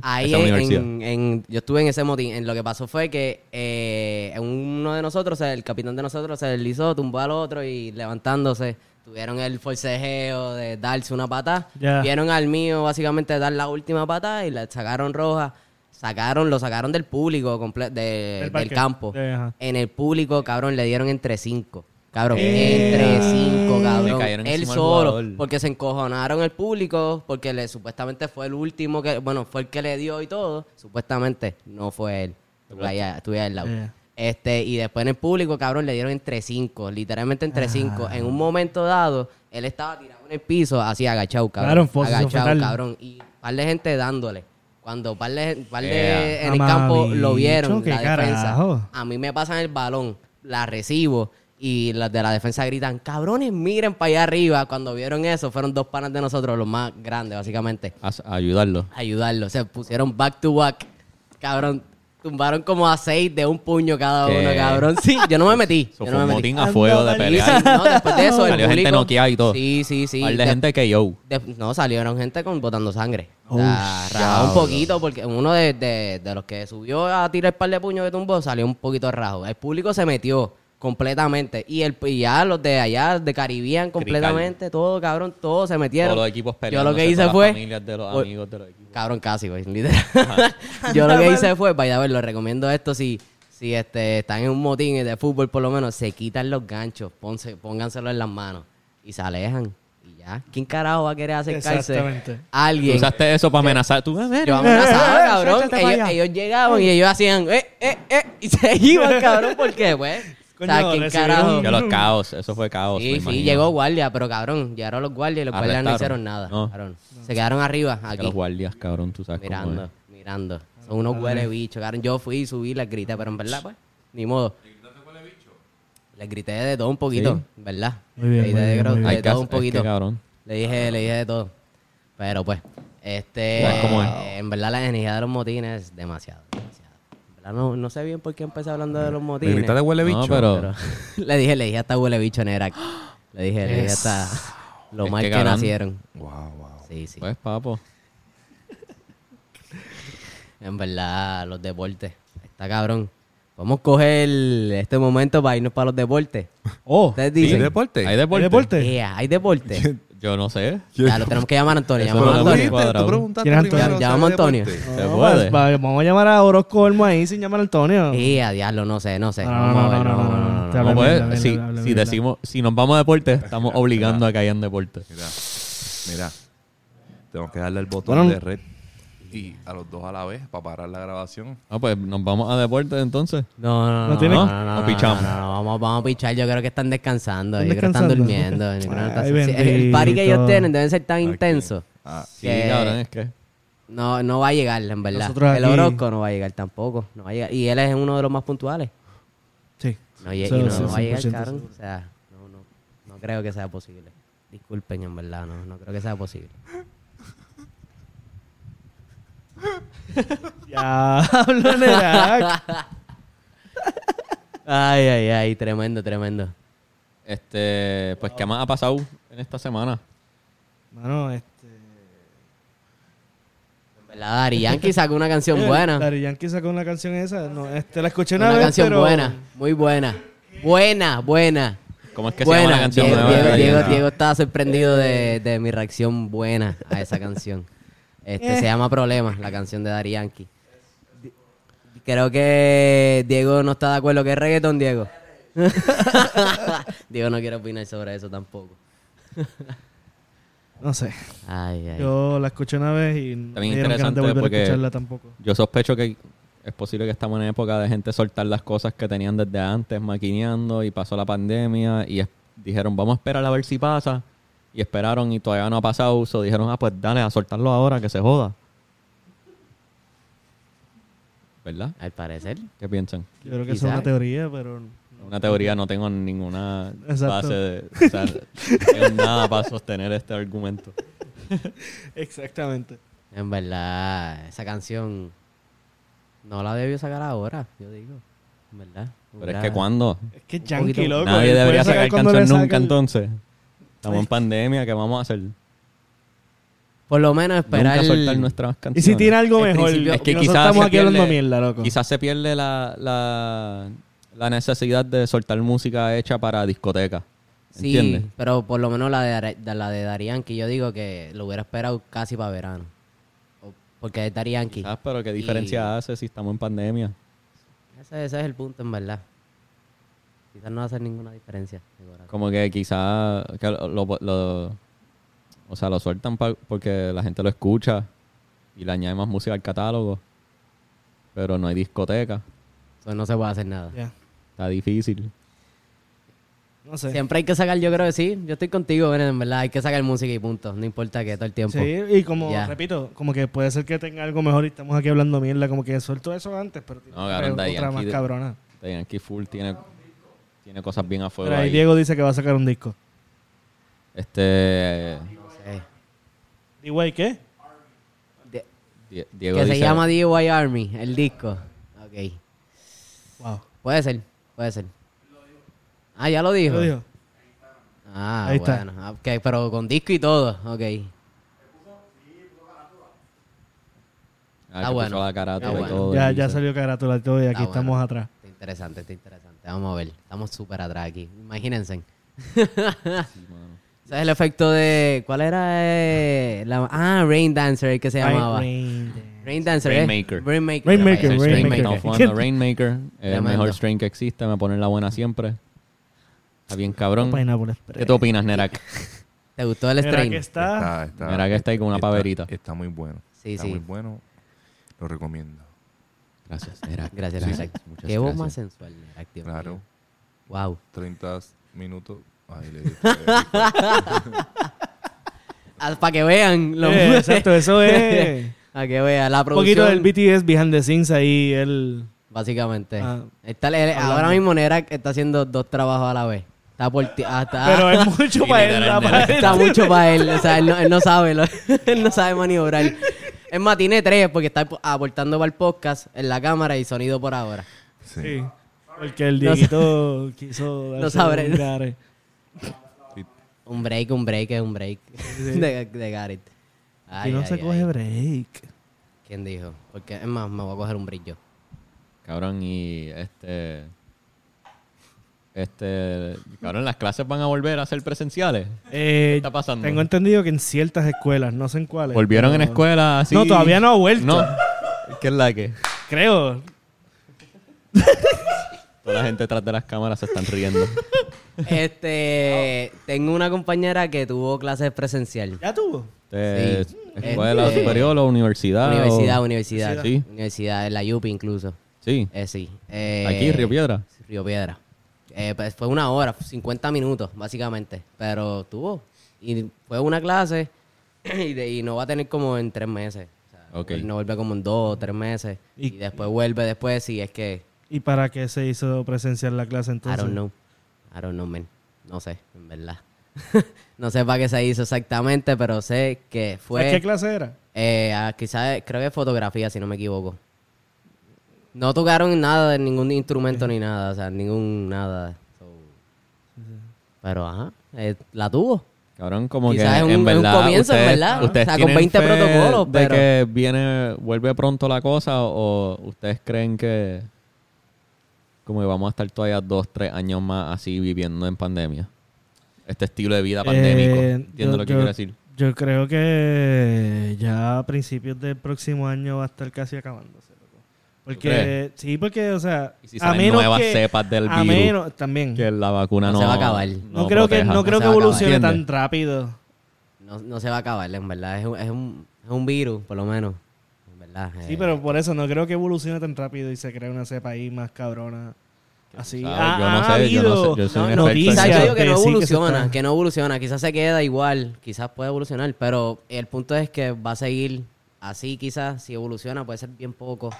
ahí Esa universidad. en, en- yo estuve en ese motín. En lo que pasó fue que eh, uno de nosotros, o sea, el capitán de nosotros, se deslizó, tumbó al otro y levantándose. Tuvieron el forcejeo de darse una patada. Ya. Vieron al mío básicamente dar la última patada y la sacaron roja. Sacaron, lo sacaron del público comple- de- Del del parque. campo. De- ajá. En el público, cabrón, le dieron entre cinco. Cabrón, Eh. entre cinco, Le cabrón. cayeron Él encima al solo. jugador. Porque se encojonaron el público, porque le, supuestamente fue el último que, bueno, fue el que le dio y todo. Supuestamente no fue él. Estuve allá- estuve al lado. Eh. Este, y después en el público, cabrón, le dieron entre cinco, literalmente Ah. entre cinco. En un momento dado, él estaba tirado en el piso, así agachado, Claro, cabrón. en posición agachado, fetal. cabrón. Y par de gente dándole. Cuando par de, par de- Ea. en el campo lo vieron, Mamabicho, qué la defensa. carajo. A mí me pasan el balón, la recibo y las de la defensa gritan, cabrones, miren para allá arriba. Cuando vieron eso, fueron dos panas de nosotros, los más grandes, básicamente, A, a ayudarlo. a ayudarlos. Se pusieron back to back. Cabrón, tumbaron como a seis de un puño cada ¿Qué? uno, cabrón. Sí, yo no me metí. So, yo fue no un me metí. motín a fuego de Anda, Y pelear. sí, no, después de eso, el Salió gente público- noqueada y todo. Sí, sí, sí. Par de De- gente que yo. de- no, salieron gente con botando sangre. O Oh, sea, shit. rajado un poquito, porque uno de, de- de los que subió a tirar el par de puños de tumbó salió un poquito rajado. El público se metió completamente. Y el y ya los de allá, de Caribbean, completamente, todo, cabrón, todos se metieron. Todos los equipos Yo peleando. lo que hice fue. Familias de los Voy- amigos de los equipos. Cabrón, casi, güey, literal. Yo lo que hice fue, vaya a ver, lo recomiendo esto si, si este, están en un motín de fútbol, por lo menos, se quitan los ganchos, ponse, pónganselo en las manos y se alejan. Y ya, ¿quién carajo va a querer acercarse? Exactamente. a Tú Alguien. Usaste eso para amenazar. Tú, a ver, Yo amenazaba, Eh, eh, cabrón. échate Ellos, para allá. ellos llegaban y ellos hacían, eh, eh, eh, y se iban, cabrón, porque, güey. O sea, Coño, ¿quién recibieron carajo? Ya los caos. Eso fue caos. pues, me Sí, sí, imagino. llegó guardia, pero cabrón, llegaron los guardias y los guardias no Arrestaron. hicieron nada. No. cabrón. Se quedaron arriba, Que aquí, los guardias, cabrón, tú sabes Ah, cómo mirando, es. mirando. Son unos huele bichos. cabrón. Yo fui, subí, les grité, pero en verdad, pues, ni modo. Les grité de todo un poquito, Sí. ¿verdad? Muy bien, Les grité muy de bien, gro- muy bien. Hay Hay de que todo hacer- un es que, poquito. cabrón. Le dije, le dije de todo. Pero pues, este. Bueno, ¿cómo es? eh, En verdad, la energía de los motines es demasiado. demasiado. En verdad, no, no sé bien por qué empecé hablando de los Le motines. gritaste huele bicho. No, pero, pero- le dije, le dije hasta huele bicho en Irak. Le dije, le dije hasta lo Es mal que, que, cabrón. nacieron. Wow, wow. Sí, sí. pues, papo. En verdad, los deportes. Está cabrón. Vamos a coger este momento para irnos para los deportes. Oh, Ustedes ¿Y dicen, deporte? ¿Hay deporte? ¿hay deporte? "Ea, ¿hay deportes? Yo no sé. Claro, tenemos que llamar a Antonio. Eso Llamamos a no lo Antonio. vi. Cuadrado. preguntaste ¿Quieres primero, Antonio? ¿sabes Llama a Antonio. deporte? Se No, puede. pues, va- vamos a llamar a Orozco Olmo ahí sin llamar a Antonio. Sí, a diablo, no sé, no sé. No, Vamos a no, ver, no, no, no, no. No, Habla pues, mierda, si, habla mierda, si habla decimos, si nos vamos a deporte, estamos obligando a que hayan deporte. Mira, mira. Tengo que darle el botón Bueno. de red y a los dos a la vez para parar la grabación. Ah, pues nos vamos a deporte entonces. No, no, no. ¿No tiene? no, no, no, ¿O no, pichamos? no, no, no, vamos, vamos a pichar. Yo creo que están descansando. ¿Están yo creo que están descansando? durmiendo. yo creo que no están- Ay, sí, el- el party que ellos bendito. tienen deben ser tan Aquí. intenso. Ah, Sí, que cabrón, eh. es que. No, no va a llegar, en verdad. Nosotros el aquí- Orozco no va a llegar tampoco. No va a llegar. Y él es uno de los más puntuales. Sí. No, lle- y Eso no, sí, no va a llegar, 100% cabrón. O sea, no, no, no creo que sea posible. Disculpen, en verdad, no, no creo que sea posible. Ya hablo en Irak. Ay, ay, ay, tremendo, tremendo. Este, pues, ¿qué más ha pasado en esta semana? Mano, este. En verdad, Dari Yankee sacó una canción buena. Dari Yankee sacó una canción esa. No, este, la escuché una, Una vez. canción pero- buena, muy buena. Buena, buena. ¿Cómo es que se llama buena. la canción Diego, nueva de Diego, Daddy Diego- Yankee? Diego estaba sorprendido de, de mi reacción buena a esa canción. Este, Se llama Problemas, la canción de Dari Yankee. Di- Creo que Diego no está de acuerdo que es reggaeton, Diego. Diego no quiere opinar sobre eso tampoco. No sé. Ay, ay. Yo la escuché una vez y no También me dieron ganas interesante de volver porque- a escucharla tampoco. Yo sospecho que es posible que estamos en época de gente soltar las cosas que tenían desde antes, maquineando, y pasó la pandemia, y es- dijeron, vamos a esperar a ver si pasa, y esperaron y todavía no ha pasado, so dijeron, ah, pues dale, a soltarlo ahora, que se joda. ¿Verdad? Al parecer. ¿Qué piensan? Yo creo que eso Quizás. es una teoría, pero. Una teoría, no tengo ninguna Exacto. base de... o sea, no tengo nada para sostener este argumento. Exactamente. En verdad, esa canción no la debió sacar ahora, yo digo. En verdad. Pero es Hubiera- que cuando... Es que poquito. Yankee, loco. él Nadie puede debería sacar cuando le canción saque nunca el- entonces. Estamos en pandemia, ¿qué vamos a hacer? Por lo menos esperar. Nunca soltar nuestras Y canciones. si tiene algo El mejor. principio- es que nosotros quizás estamos se aquí hablando pierde- mierda, loco. Quizás se pierde la, la, la necesidad de soltar música hecha para discoteca. Sí, ¿Entiendes? pero por lo menos la de, Dar- de- la de Darianki, yo digo que lo hubiera esperado casi para verano. O- Porque es Darianki. Quizás, pero ¿qué diferencia hace si estamos en pandemia? Ese, ese es el punto, en verdad. Quizás no va a hacer ninguna diferencia. de verdad. Como que quizás que lo, lo- lo- o sea, lo sueltan pa- porque la gente lo escucha y le añade más música al catálogo, pero no hay discoteca. Eso no se puede hacer nada. Ya. Está difícil. No sé. Siempre hay que sacar, yo creo que sí. Yo estoy contigo, Beren, en verdad. Hay que sacar música y punto. No importa que todo el tiempo. Sí, y como, Ya. repito, como que puede ser que tenga algo mejor y estamos aquí hablando mierda, como que suelto eso antes, pero tiene No, que cabrón, haber Daddy otra Yankee más de- cabrona. Yankee Full tiene, tiene cosas bien a fuego Pero ahí ahí. Diego dice que va a sacar un disco. Este No sé. ¿D-Way qué? De- Die- Diego que se dice- llama DIY Army, el disco. Ok. Wow. Puede ser, puede ser. Ah, ya lo dijo. Lo dijo. Ah, Ahí está. bueno. Ah, ok, pero con disco y todo. Ok. Ah, Está que Ah, bueno. puso la carátula Está y bueno. todo, ya, él ya dice. salió carátula y todo y aquí Ah, estamos bueno. atrás. Está interesante, está interesante. Vamos a ver. Estamos súper atrás aquí. Imagínense. ¿Sabes el efecto de. ¿Cuál era? eh, la- ah, Rain Dancer, el que se Ay, llamaba. Rain, Rain Dance. Dancer, Rainmaker. ¿eh? Rainmaker. Rainmaker, Rainmaker. Strain Rainmaker. Made No Fun, The Rainmaker, el Tremendo. mejor strain que existe, me ponen la buena siempre. Está bien cabrón. Pineapple ¿Qué Express. tú opinas, Nerak? ¿Te gustó el Mira strain? que está. Mira que está ahí con una paverita. Está, muy bueno. Sí, está sí. muy bueno. Lo recomiendo. Gracias, Nerak. Gracias, Sí, sí, Nerak. muchas Qué voz gracias. más sensual, Nerak, Dios Claro. mío. Wow. 30 minutos. Ay, le diste. Para Ah, que vean. Lo Eh, exacto, eso es. A que vea la Un poquito producción. del BTS behind the scenes ahí, él... Básicamente. Ah. Está- él- ahora mismo Nerak está haciendo dos trabajos a la vez. Está ah, por ti- hasta- Pero es mucho Y para él. literal, para él. Está mucho para él. O sea, él no, él no sabe. lo- él no sabe maniobrar. Es más, tiene tres porque está aportando para el podcast en la cámara y sonido por ahora. Sí. Sí. Porque el No Dieguito quiso darse sabré. un eh. gare. Un break, un break es un break. De, de Gareth. y Ay, no ay, se ay. coge break. ¿Quién dijo? Porque es más, me voy a coger un brillo. Cabrón, y este. Este. Cabrón, las clases van a volver a ser presenciales. Eh, ¿Qué está pasando? Tengo entendido que en ciertas escuelas, no sé en cuáles. Volvieron en pero- escuela así. No, todavía no ha vuelto. No. ¿Qué es la que? Creo. Toda la gente detrás de las cámaras se están riendo. Este, tengo una compañera que tuvo clases presencial. ¿Ya tuvo? Este, Sí. Escuela Este- superior o universidad. o- Universidad, universidad. Sí. Universidad, en la UPI incluso. Sí. Eh, sí. Eh, Aquí, Río Piedra. Río Piedra. Eh, pues fue una hora, 50 minutos, básicamente. Pero tuvo. Y fue una clase y, de- y no va a tener como en tres meses. O sea, Ok. No vuelve como en dos o tres meses. Y, Y- después vuelve después y es que... ¿Y para qué se hizo presencial la clase I entonces? don't know. I don't know, man. No sé, en verdad. no sé para qué se hizo exactamente, pero sé que fue... ¿Sabes ¿Qué clase era? Eh, ah, quizás, creo que fotografía, si no me equivoco. No tocaron nada de ningún instrumento ni nada, o sea, ningún nada. So, Pero ajá, eh, la tuvo. Cabrón, como Quizás que es un- es en un verdad. comienzo, en ustedes- verdad. ustedes O sea, con tienen 20 fe protocolos, de pero- que viene, vuelve pronto la cosa o ustedes creen que como que vamos a estar todavía dos, tres años más así viviendo en pandemia. Este estilo de vida pandémico. Eh, Entiendo yo- lo que yo- quiero decir. Yo creo que ya a principios del próximo año va a estar casi acabándose. loco. Porque, crees? sí, porque, o sea, Y si a salen menos nuevas que, cepas del a virus, menos, también. que la vacuna No no, se va a acabar. No, creo que, proteja. no creo se que va a acabar. evolucione tan ¿Entiendes? rápido. No, no se va a acabar, en verdad. Es un, es un, es un virus, por lo menos. En verdad. eh. Sí, pero por eso no creo que evolucione tan rápido y se crea una cepa ahí más cabrona. Así. sabe, Ah, yo no ha sé, yo no sé, yo soy un habido experto en Quizás noticias eso. yo digo que no de sí se evoluciona, está- que no evoluciona. Quizás se queda igual, quizás puede evolucionar, pero el punto es que va a seguir así, quizás. Si evoluciona, puede ser bien poco.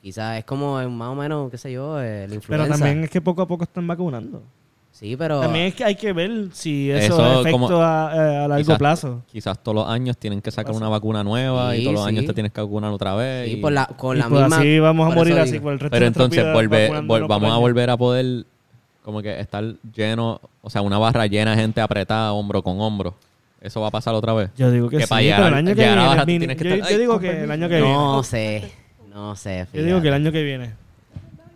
Quizás es como eh, más o menos, qué sé yo, eh, la influenza. Pero también es que poco a poco están vacunando. Sí, pero... También es que hay que ver si eso, Eso es efecto como- a, eh, a largo Quizás- plazo. Quizás todos los años tienen que sacar una vacuna nueva y Sí, todos los años sí. te tienes que vacunar otra vez. Sí, y- por la, con Y la pues misma. así vamos a por morir eso así digo. por el resto Pero de nuestras entonces vidas volve- vacunándonos vol- por vamos a año. volver a poder como que estar lleno, o sea, una barra llena de gente apretada hombro con hombro. Eso va a pasar otra vez. Yo digo que, que sí, para pero llegar- el año que llegar a viene. barra tú min- tienes que yo, estar, yo "Ay, digo con que el permiso". año que viene. No sé. No sé. Yo digo que el fíjate. año que viene.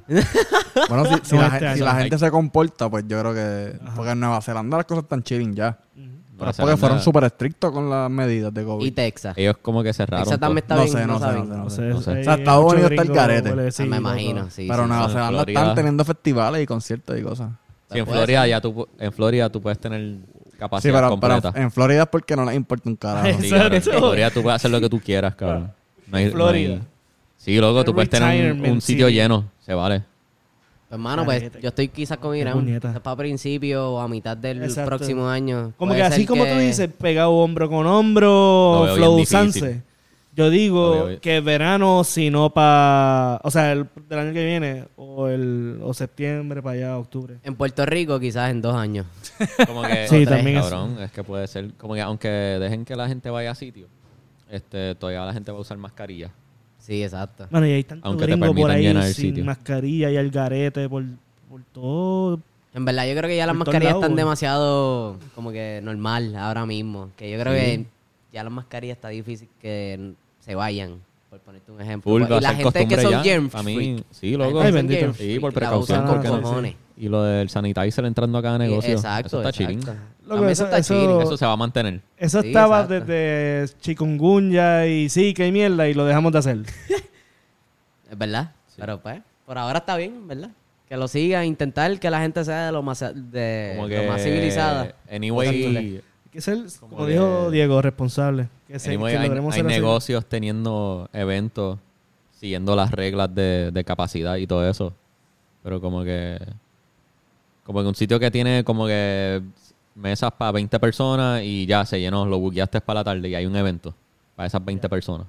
Bueno, si, si No, la, este gen- si año. la gente se comporta, pues yo creo que. Porque en Nueva Zelanda las cosas están chilling ya. Pero Nueva es porque fueron Zelanda, súper estrictos con las medidas de COVID. Y Texas. Ellos como que cerraron. Esa también todo. está bien. no no, sé, no sé, saben. no sé, No sé, no sé. no sé. hay O sea, Estados eh, mucho Unidos está el gringo, carete. huele, Ah, sí, me loco. imagino. Sí, Pero sí, Nueva sí. Zelanda Florida. están teniendo festivales y conciertos y cosas. Sí, en Florida ya tú pu- en Florida tú puedes tener Sí, capacidad pero, pero completa. en Florida es porque no les importa un carajo. Sí, cabrón, en Exacto. Florida tú puedes hacer lo que tú quieras, cabrón. No hay- no hay- Florida. Sí, loco, tú puedes tener un, Retirement un sitio city. lleno, se vale. Pues, hermano, pues Carete. yo estoy quizás con Qué Irán. puñeta. Quizás para principio o a mitad del Exacto. próximo año. Como Puede que así ser como tú que- dices, pegado hombro con Lo hombro, veo bien flow difícil. Sanse. Yo digo Lo veo- que verano, si no para. O sea, el del año que viene, o el o septiembre para allá, octubre. En Puerto Rico, quizás en dos años. Como que, Sí, o tres, también es- cabrón, es. que puede ser, como que aunque dejen que la gente vaya a sitio, este, todavía la gente va a usar mascarilla. Sí, exacto. Bueno, y hay tanto Aunque te gringo por permitan ahí llenar el sin sitio. mascarilla y el garete por, por todo. En verdad, yo creo que ya las Por todos mascarillas lados, están güey. demasiado como que normal ahora mismo. Que yo creo que ya las mascarillas está difícil que se vayan. Por ponerte un ejemplo. Full, va a y la ser gente que costumbre son ya. germ A mí, freak. Sí, loco. Ay, bendito. Sí, por La precaución, usan porque con no- cojones. Y lo del sanitizer entrando a cada Sí, negocio. Exacto, Eso está exacto. chilling. Loco, También eso- eso está eso- chilling. Eso se va a mantener. Eso Sí, estaba exacto. desde chikungunya y sí, que hay mierda, y lo dejamos de hacer. Es verdad. Pero pues, por ahora está bien, ¿verdad? Que lo siga, intentar que la gente sea de lo más, de, Eh, lo Como que. eh, más civilizada. Anyway, Hay que ser, como, Como dijo que- Diego, responsable. Que, se, anyway, que hay, logremos hay ser así. negocios teniendo eventos, siguiendo las reglas de, de capacidad y todo eso. Pero como que. Como que un sitio que tiene como que mesas para 20 personas y ya se llenó, lo buqueaste para la tarde y hay un evento para esas 20 personas.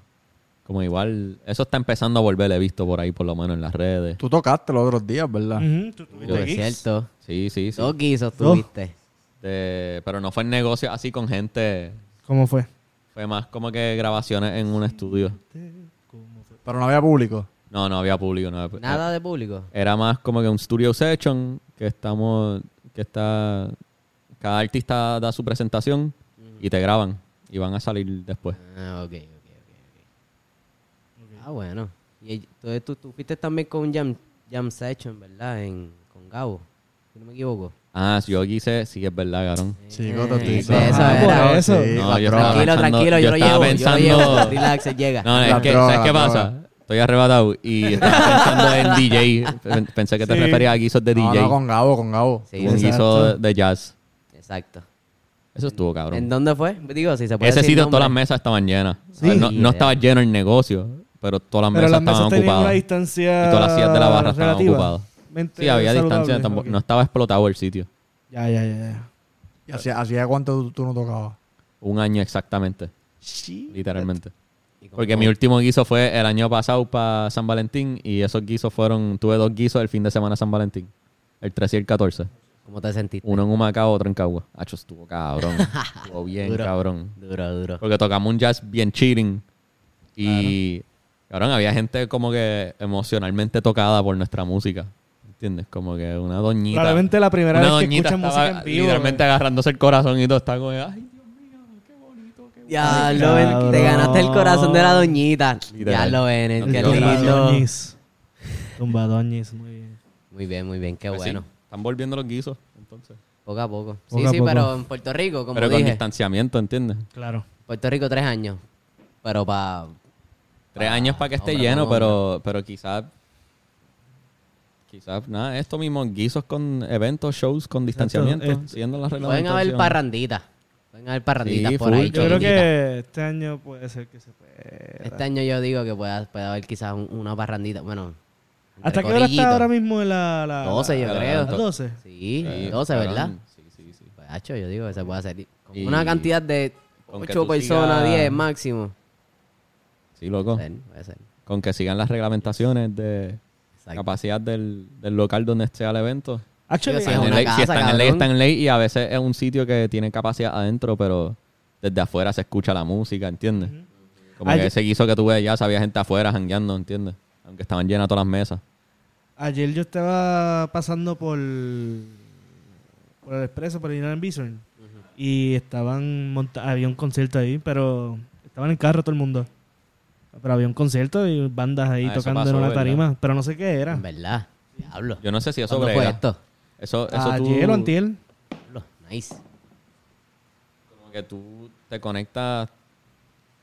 Como igual, eso está empezando a volver, he visto por ahí, por lo menos en las redes. Tú tocaste los otros días, ¿verdad? Ujú, tú Yo, tuviste es gigs. cierto. Sí, sí, Eh, sí. Dos guisos tuviste. De- pero no fue en negocio así con gente. ¿Cómo fue? Fue más como que grabaciones en un estudio. Pero no había público. No, no había público. No había- Nada de público. Era más como que un studio session que estamos, que está, cada artista da su presentación y te graban y van a salir después. Ah, ok, ok, ok. ok. Ah, bueno. Y ell- tú, tú, tú fuiste también con un jam, jam session, ¿verdad? En, con Gabo, si no me equivoco. Ah, si yo quise, sí es verdad, cabrón. Chico, te de estoy eso diciendo. era. Sí, Ah, Eso. No, la yo droga. estaba- Tranquilo, pensando- tranquilo, yo, yo lo llevo, estaba yo lo llevo. pensando- Relax, él llega. No, es La que, droga, ¿sabes qué la pasa? Estoy arrebatado y estaba pensando en DJ. Pen- Pensé que te Sí. referías a guisos de No, DJ. no, con Gabo, con Gabo. Sí, un guiso exacto. de jazz. Exacto. Eso estuvo ¿En cabrón. dónde fue? Digo, si se puede Ese decir sitio, nombre. todas las mesas estaban llenas. A ver, no, Sí. no estaba lleno el negocio, pero todas las Pero mesas las mesas estaban tenían una ocupadas. distancia Y todas las sillas de la barra estaban relativa. ocupadas. Mente Sí, había distancia, saludable, tampoco- ok. no estaba explotado el sitio. Ya, ya, ya, ya. ¿Y hacía, hacía cuánto tú, tú no tocabas? Un año exactamente, literalmente. Y como- Porque mi último guiso fue el año pasado para San Valentín y esos guisos fueron, tuve dos guisos el fin de semana de San Valentín, el 13 y el 14. ¿Cómo te sentiste? Uno en Humacao, otro en Cagua. Hacho, estuvo cabrón. estuvo bien, Duro. cabrón. Duro, duro. Porque tocamos un jazz bien chilling. Y, cabrón, había gente como que emocionalmente tocada por nuestra música. ¿Entiendes? Como que una doñita. Probablemente la primera una vez que doñita escuchas música estaba en vivo. pues. literalmente agarrándose el corazón y todo. Está como, ay, Ya lo ven, te cabrón. ganaste el corazón de la doñita. Ya Literal. lo ven, eh, qué Tumba lindo. Tumbadoñis. Tumbadoñis, muy bien. Muy bien, muy bien, qué Pues sí, bueno. están volviendo los guisos, entonces. Poco a poco. Sí, Poco a sí, poco. pero en Puerto Rico, como Pero con dije. distanciamiento, ¿entiendes? Claro. Puerto Rico tres años. Pero para... Tres Ah, años para que esté hombre, lleno, no, pero, pero quizás. Quizás, nada, esto mismo, guisos con eventos, shows con distanciamiento, es- siguiendo las reglas. Pueden haber parranditas. Pueden haber parranditas Sí, por full. ahí. Yo Yo creo chiquititas. que este año puede ser que se pueda. Este año yo digo que pueda, puede haber quizás un- una parrandita. Bueno. entre ¿Hasta qué hora corillitos. está ahora mismo la... la 12 yo la- creo. las 12. Sí, 12, ¿verdad? Sí, sí, sí. Pues, hacho, yo digo que se puede hacer. Con Y- una cantidad de Con que 8 tú personas, sigas- 10 máximo. Sí, loco. Puede ser, puede ser. Con que sigan las reglamentaciones de Exacto. capacidad del, del local donde esté el evento. Actually, Yo Si, Es en una ley- si casa, está en ley, cabrón. está en ley. Y a veces es un sitio que tiene capacidad adentro, pero desde afuera se escucha la música, ¿entiendes? Como Ay, que yo- ese guiso que tuve ya, había gente afuera jangueando, ¿entiendes? Aunque estaban llenas todas las mesas. ayer yo estaba pasando por... Por el expreso, por el Inland Bison. Y estaban... monta- había un concierto ahí, pero... Estaban en carro todo el mundo. Pero había un concierto y bandas ahí Ah, eso tocando en pasó, una ¿verdad? tarima. Pero no sé qué era. En verdad. Diablo. Yo no sé si eso ¿Cuándo fue brega. esto? Eso, eso Ayer tú, o antier. Diablo, Nice. Como que tú te conectas,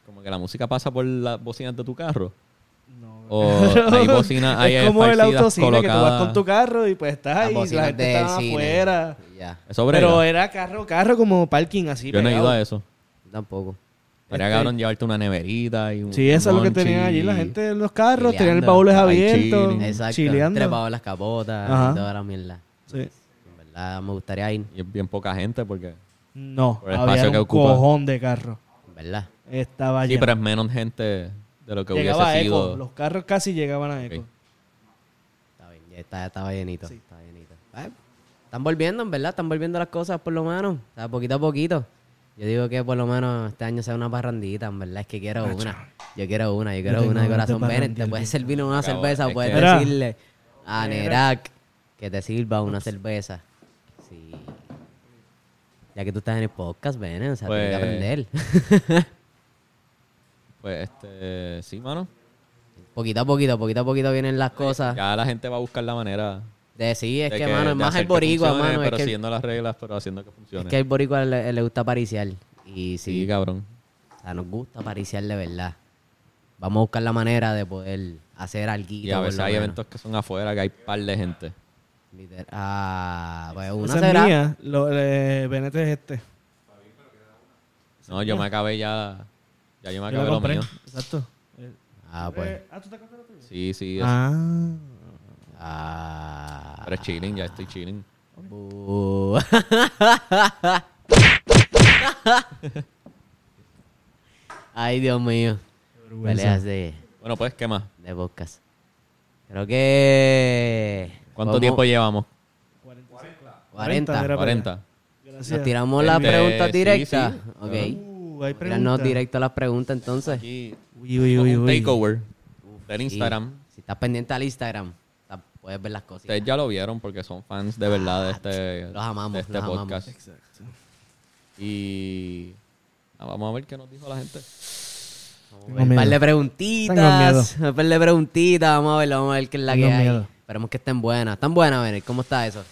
como que la música pasa por las bocinas de tu carro. No. O hay bocinas, hay es como el esparcidas autocine que tú vas colocadas. con tu carro y pues estás Las ahí, la bocinas gente del está cine. afuera. Ya, Eso brega. Pero era carro, carro como parking así. Yo no he ido pegado. a eso. tampoco. Estaría Este- cabrón llevarte una neverita y un Sí, eso es lo que tenían monchi. allí la gente en los carros, tenían el Chileando. baúl Ahí abierto, chilling. Exacto. Mm, chileando. Trepado en las capotas Ajá. y toda la mierda. Sí. En verdad, me gustaría ir. Y es bien poca gente porque... No, Por el había espacio un que ocupa. cojón de carro. En verdad. Ah, Estaba Sí, allí. pero es menos gente de lo que Llegaba a hubiese eco, sido. los carros casi llegaban a eco. Ok. Está bien, ya está, estaba llenito. Estaba llenito. Ay, están volviendo, en verdad, están volviendo las cosas por lo menos. O sea, poquito a poquito. Yo digo que por lo menos este año sea una parrandita, en verdad. Es que quiero una. Yo quiero una, yo quiero tengo una de ganas de corazón. Ven, te parrandear puedes bien. servir una Cabrón, cerveza, es puedes que- Mira. decirle a Nerak que te sirva una cerveza. Sí. Ya que tú estás en el podcast, ven, o sea, tienes que aprender. Pues, este... Sí, mano. poquito a poquito, poquito a poquito vienen las cosas. Ya la gente va a buscar la manera... De sí, Ah. es de que, mano, es de más hacer el que boricua, funcione, mano. Es Pero que, siguiendo las reglas, pero haciendo que es funcione. que el boricua le, le gusta pariciar. Y Sí, sí, cabrón. o sea, nos gusta pariciar de verdad. Vamos a buscar la manera de poder hacer algo. Y a veces hay eventos que son afuera, que hay par de gente. Ah, pues una Esa es será. mía, lo, eh, Benete es este. No, yo me acabé ya... Ya yo me Yo la acabé lo compré. mío. Exacto. Eh, Ah, pues. eh, ah, ¿tú te acuerdas de la tuya? Sí, sí. eso. Ah. Ah. Pero es chilling, ya estoy chilling. bu- Ay, Dios mío. vergüenza. peleas de, Bueno, pues, ¿qué más? de podcast. Creo que. ¿Cuánto vamos- tiempo llevamos? 40. Era para 40. Nos Gracias. tiramos la Este, pregunta sí, directa. sí. Ok. Uh, hay Tirarnos preguntas. directo a las preguntas entonces. Aquí, Uy, uy, uy, un uy. takeover del Sí. Instagram. Si estás pendiente al Instagram, ta- puedes ver las cosas. Ustedes ya lo vieron porque son fans de verdad de este, Ah, Los amamos, de este los amamos. podcast. Y ah, vamos a ver qué nos dijo la gente. Un par de preguntitas. Un par de preguntitas. Vamos a ver, vamos a ver qué es la Tengo que hay. miedo. Esperemos que estén buenas. ¿Están buenas, Benel? ¿Cómo está eso?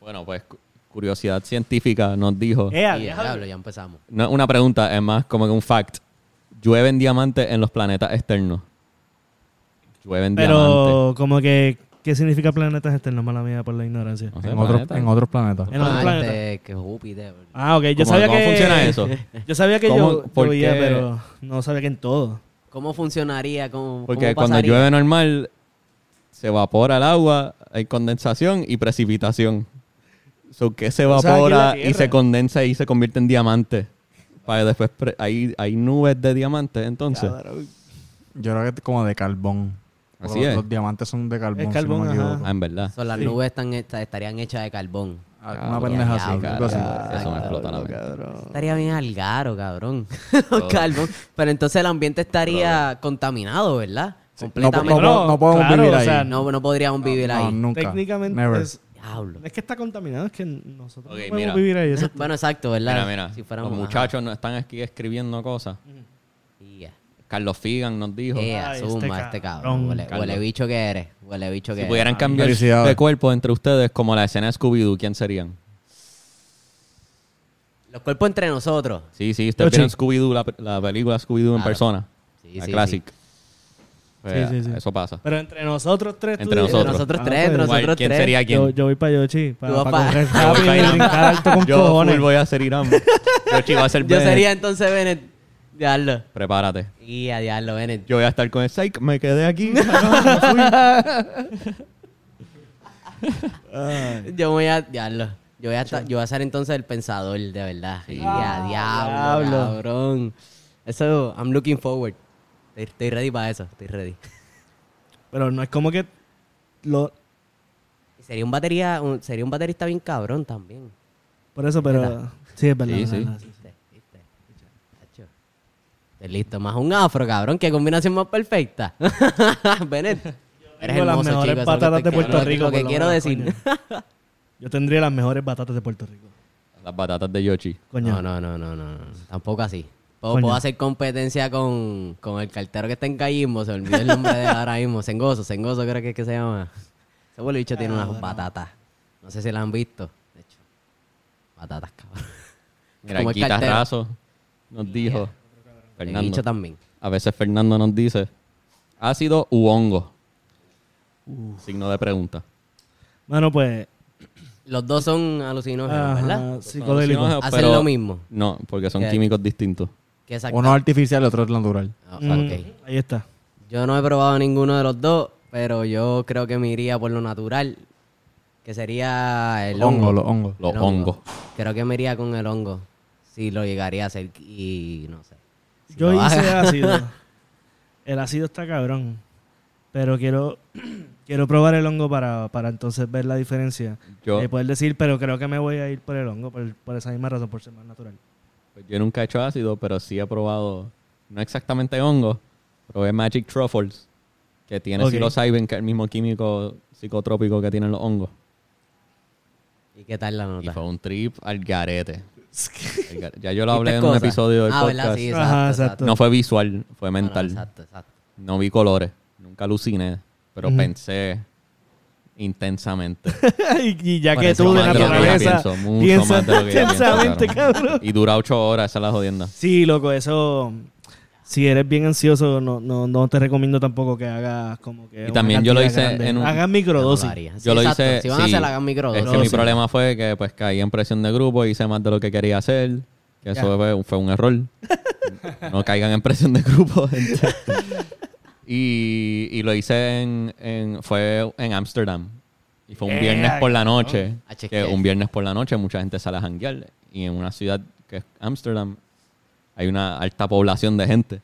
Bueno, pues cu- curiosidad científica nos dijo. Ea, Y, deja- diablo, ya empezamos. No es una pregunta, es más como que un fact. Llueven diamantes en los planetas externos. Llueven diamantes. Pero como que, ¿qué significa planetas externos? Mala mía por la ignorancia. No sé, En, otro- planeta. en otros planetas. En otros Marte, planetas. que Júpiter. Ah, ok. Yo ¿Cómo- sabía cómo que... funciona eso? Yo sabía que ¿Cómo- yo, yo por veía, qué? pero no sabía que en todo. ¿Cómo funcionaría? ¿Cómo, Porque cómo cuando pasaría? llueve normal, se evapora el agua, hay condensación y precipitación. So, que se O sea, aquí en la evapora y Tierra. se condensa y se convierte en diamante. Para que después pre- hay, hay nubes de diamantes, entonces. Yo creo que como de carbón. Porque Así los, es. los diamantes son de carbón. Es si carbón, no me ajá. equivoco. Ah, en verdad. So, las nubes están, hechas- estarían hechas de carbón. Una pendeja así. Ya, algo así. ya, Eso me explota la mente. Estaría bien algaro, cabrón. carbón. Pero entonces el ambiente estaría contaminado, ¿verdad? Sí. No, pues, Completamente. no, no, no podemos claro, vivir o ahí. sea, No, no podríamos vivir No, ahí. nunca. Never. Técnicamente es, Diablo. es que está contaminado, es que nosotros Ok, no podemos mira. vivir ahí. eso- Bueno, exacto, Mira, ¿verdad? mira. Si los fuéramos ajá. muchachos nos están aquí escribiendo cosas. Yeah. Carlos Figan nos dijo. Ea, Ay, zumba, este este cabrón. cabrón. Huele, Carlos. huele bicho que eres. Huele bicho que Si eres. pudieran cambiar Felicidades. de cuerpo entre ustedes como la escena de Scooby-Doo, ¿quién serían? Los cuerpos entre nosotros. Sí, sí, ustedes Yoshi. vieron Scooby-Doo, la, la película Scooby-Doo en Claro. persona. Sí, la sí, clásica. Pues, Sí, sí, sí. Eso pasa. Pero entre nosotros tres... tú Entre dices- Entre Nosotros. nosotros Ah, tres, entre pues, Igual, nosotros ¿Quién tres. sería quién? Yo, yo voy para Yoshi, vas para, para pa- correr Yo voy rápido pa' y Irán. brincar alto con Yo cojones. full voy a ser Irán. Yoshi va a ser Yo Bennett. sería entonces Bennett. Diablo. Prepárate. Y a diablo, Bennett. Yo voy a estar con el Psych, me quedé aquí. Yo voy a. Diablo. Yo voy a, estar- yo voy a ser entonces el pensador, de verdad. Y a diablo, Ah, diablo. cabrón. Eso, I'm looking forward. Estoy, estoy ready para eso, estoy ready. Pero no es como que... Lo, Y Sería un batería, un- sería un baterista bien cabrón también. por eso, pero... Sí, es verdad. Sí, es sí. verdad, sí. ¿Viste? ¿Viste? Chacho. Estoy listo, más un afro, cabrón. Qué combinación más perfecta. Bennett. Eres tengo las hermoso, mejores chico, eso es lo que patatas estoy- de Puerto lo que- Rico, Lo por que lo quiero menos, decir. Yo tendría las mejores batatas de Puerto Rico. Las batatas de Yoshi. Coño. No, no, no, no, no. no. Tampoco así. Puedo, Coño. puedo hacer competencia con, con el cartero que está en Callismo. Se me olvidó el nombre de él ahora mismo. Sengoso, Sengoso creo que es que se llama. Ese vuelo bicho tiene Ah, unas patatas. No sé si las han visto. De hecho, patatas, cabrón. Mira, Como el el cartero. guitarrazo nos dijo. El bicho Fernando. también. A veces Fernando nos dice ácido u hongo. Signo de pregunta. Bueno, pues... Los dos son alucinógenos, ajá, ¿verdad? Pues, psicodélico. Son alucinógenos, Hacen pero- lo mismo. No, porque son ¿Qué? químicos distintos. ¿Qué exacto? Uno es artificial y otro es natural. Ah, Mm, ok. Ahí está. Yo no he probado ninguno de los dos, pero yo creo que me iría por lo natural, que sería el hongo. Hongo, los hongos. Los El hongos. Creo que me iría con el hongo, si lo llegaría a hacer y no sé. Si Yo lo hice haga. ácido. El ácido está cabrón. Pero quiero, quiero probar el hongo para, para entonces ver la diferencia. Yo, Y poder decir, pero creo que me voy a ir por el hongo, por, por esa misma razón, por ser más natural. pues yo nunca he hecho ácido, pero sí he probado, no exactamente hongo, probé Magic Truffles, que tiene Ok. psilocybin, que es el mismo químico psicotrópico que tienen los hongos. ¿Y qué tal la Y fue nota? un trip al garete. Al gar- Ya yo lo hablé ¿Viste en un cosas? episodio del ah, ¿verdad? podcast. Sí, exacto, Ajá, exacto. exacto. No fue visual, No, fue no, mental. exacto, exacto. No vi colores, nunca aluciné, pero Ujú. pensé intensamente. y, y ya Por que eso tú de más de lo que yo naturaleza pienso, mucho piensas más de lo que yo pienso, intensamente, claro. cabrón. Y dura ocho horas, esa es la jodienda. Sí, loco, eso... Si eres bien ansioso, no, no, no te recomiendo tampoco que hagas como que... Y una también yo lo cantidad hice grande. en un- Hagan Yo no lo microdosis. haría. Sí, Yo lo exacto. hice. Si van a sí. hacer la gran Es microdosis. que mi Sí. problema fue que pues caí en presión de grupo, hice más de lo que quería hacer. Que eso fue, fue un error. no caigan en presión de grupo, gente. y, y lo hice en, en- fue en Ámsterdam. Y fue un viernes por la noche. Ah, Que chequear. un viernes por la noche mucha gente sale a janguear. Y en una ciudad que es Ámsterdam hay una alta población de gente.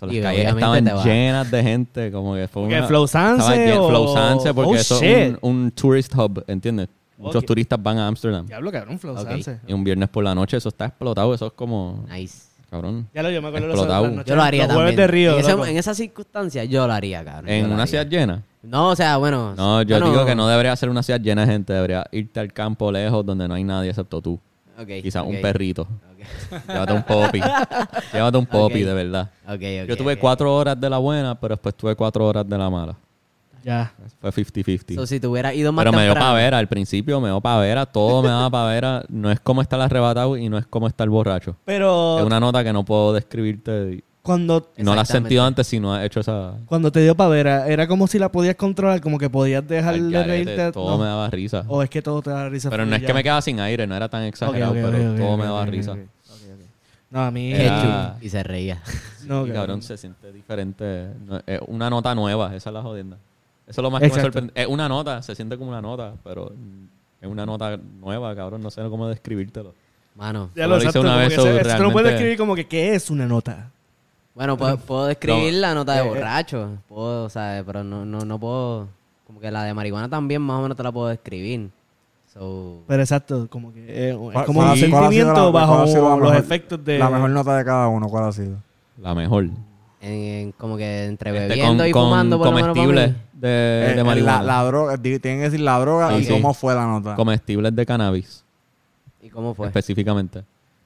So, las Y calles obviamente estaban te vas. llenas de gente, como que fue Porque una- Flow Sanse estaban llenas- o- Flow Sanse, porque Oh, eso es shit. un, un tourist hub, ¿entiendes? Muchos Ok. turistas van a Ámsterdam. Diablo, cabrón, Flow Ok. Sanse. Y un viernes por la noche eso está explotado, eso es como, Nice. cabrón. Ya lo yo me acuerdo de Explotado. los Yo lo haría los también. jueves de río. en, ese- loco. en esas circunstancias yo lo haría, cabrón. yo lo En una haría. ciudad llena. No, o sea, bueno. No, yo bueno, digo que no debería ser una ciudad llena de gente, debería irte al campo lejos donde no hay nadie excepto tú. Ok, Quizás ok, un perrito. ok, Llévate un popi. Llévate un popi, Ok. de verdad. ok, ok, Yo tuve ok. cuatro horas de la buena, pero después tuve cuatro horas de la mala. Ya. Fue 50-50. So, si tuviera ido más Pero me dio temprano- pavera, al principio me dio pavera, todo me daba pavera. No es como estar arrebatado y no es como estar borracho. Es Pero una nota que no puedo describirte. y- cuando, y No la has Exactamente. sentido antes si no has hecho esa... cuando te dio pavera, era como si la podías controlar, como que podías dejar al de garete, reírte. todo ¿no? me daba risa. O es que todo te da risa. Pero no es ya. que me quedaba sin aire, no era tan Ok, exagerado, ok, pero ok, todo ok, me ok, daba ok, risa. ok, ok, ok. No, a mí... Qué Era- chulo. Y se reía. no, Y cabrón. cabrón, se siente diferente. No, es una nota nueva, esa es la jodienda. Eso es lo más que me Exacto. sorprende. Es una nota, se siente como una nota, pero mm, es una nota nueva, cabrón. No sé cómo describírtelo. Mano. Ya lo, Lo hice exacto, una como vez, que so, se- se lo puedes realmente- describir como que qué es una nota. Bueno, puedo, puedo describir No. la nota Eh, de eh. borracho. Puedo, o sea, pero no, no, no puedo. Como que la de marihuana también más o menos te la puedo describir. So, Pero exacto, como que eh, es ¿Cuál- como cuál un ha sido la- sentimiento cuál ha bajo sido la los mejor- efectos de... La mejor nota de cada uno, ¿cuál ha sido? La mejor. en, en- como que entre Este, bebiendo y fumando por lo menos para comestibles mí. de, Eh, de eh, la, marihuana. la droga, di- tienen que decir la droga Sí, y sí. cómo fue la nota. Comestibles de cannabis, ¿Y cómo fue? específicamente.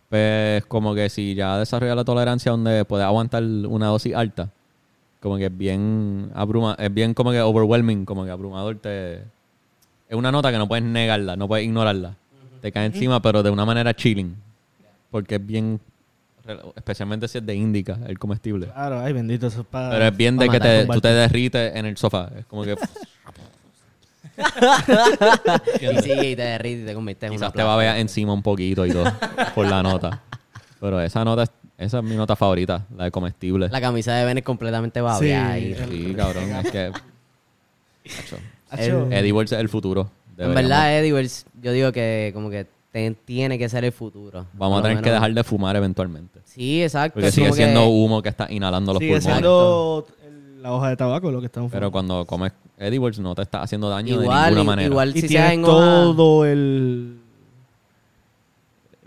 Pues como que si ya desarrolla la tolerancia donde puedes aguantar una dosis alta, como que es bien abruma, es bien como que overwhelming, como que abrumador te es una nota que no puedes negarla, no puedes ignorarla. Te cae encima, pero de una manera chilling. Porque es bien especialmente si es de índica, el comestible. Ah, Claro, ay bendito, eso es para... Pero es bien pa de que matar te, con tú te derrites en el sofá. Es como que Y sí, y te derrites y te comiste en una quizás te va a ver encima un poquito y todo por la nota. Pero esa nota, es- esa es mi nota favorita, la de comestible. La camisa de Ben es completamente Sí. babeada. y- Sí, cabrón, es que Hacho, Eddie Wolf es el futuro. En deberíamos- verdad, Eddie, pues, yo digo que como que te- tiene que ser el futuro. Vamos a Por lo tener que menos. dejar de fumar eventualmente. Sí, exacto. Porque es sigue como que- siendo humo que está inhalando los sigue pulmones. siendo el- la hoja de tabaco lo que estamos Pero cuando comes Eddie Wolf no te está haciendo daño de Igual, ninguna manera. igual Y si sea tiene en una- todo el...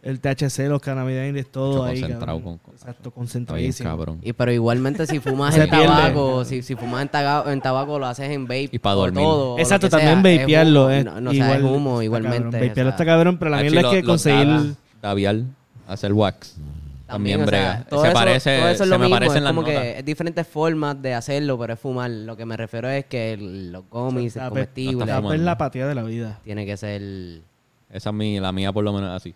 El THC, los cannabinoides, todo Mucho ahí. concentrado cabrón. con- Exacto, Está bien, concentradísimo. cabrón. Y pero igualmente si fumas Se en pierde. tabaco, si, si fumas en, taga- en tabaco lo haces en vape Y pa' o dormir. todo, o lo Exacto, que sea, también es vapearlo. humo, eh, no, no, o sea, es humo está igualmente. cabrón, Vapearlo o sea, está cabrón, Ah, pero la mierda es que conseguir... Davial, hacer wax. También, o sea, brega. todo se eso- parece, todo eso es se lo me mismo, parecen es las como notas. que es diferentes formas de hacerlo, pero es fumar. Lo que me refiero es que el- los gomis, el Está pe- comestible, está Tapa es la apatía de la vida. tiene que ser, Esa es mi, la mía por lo menos así.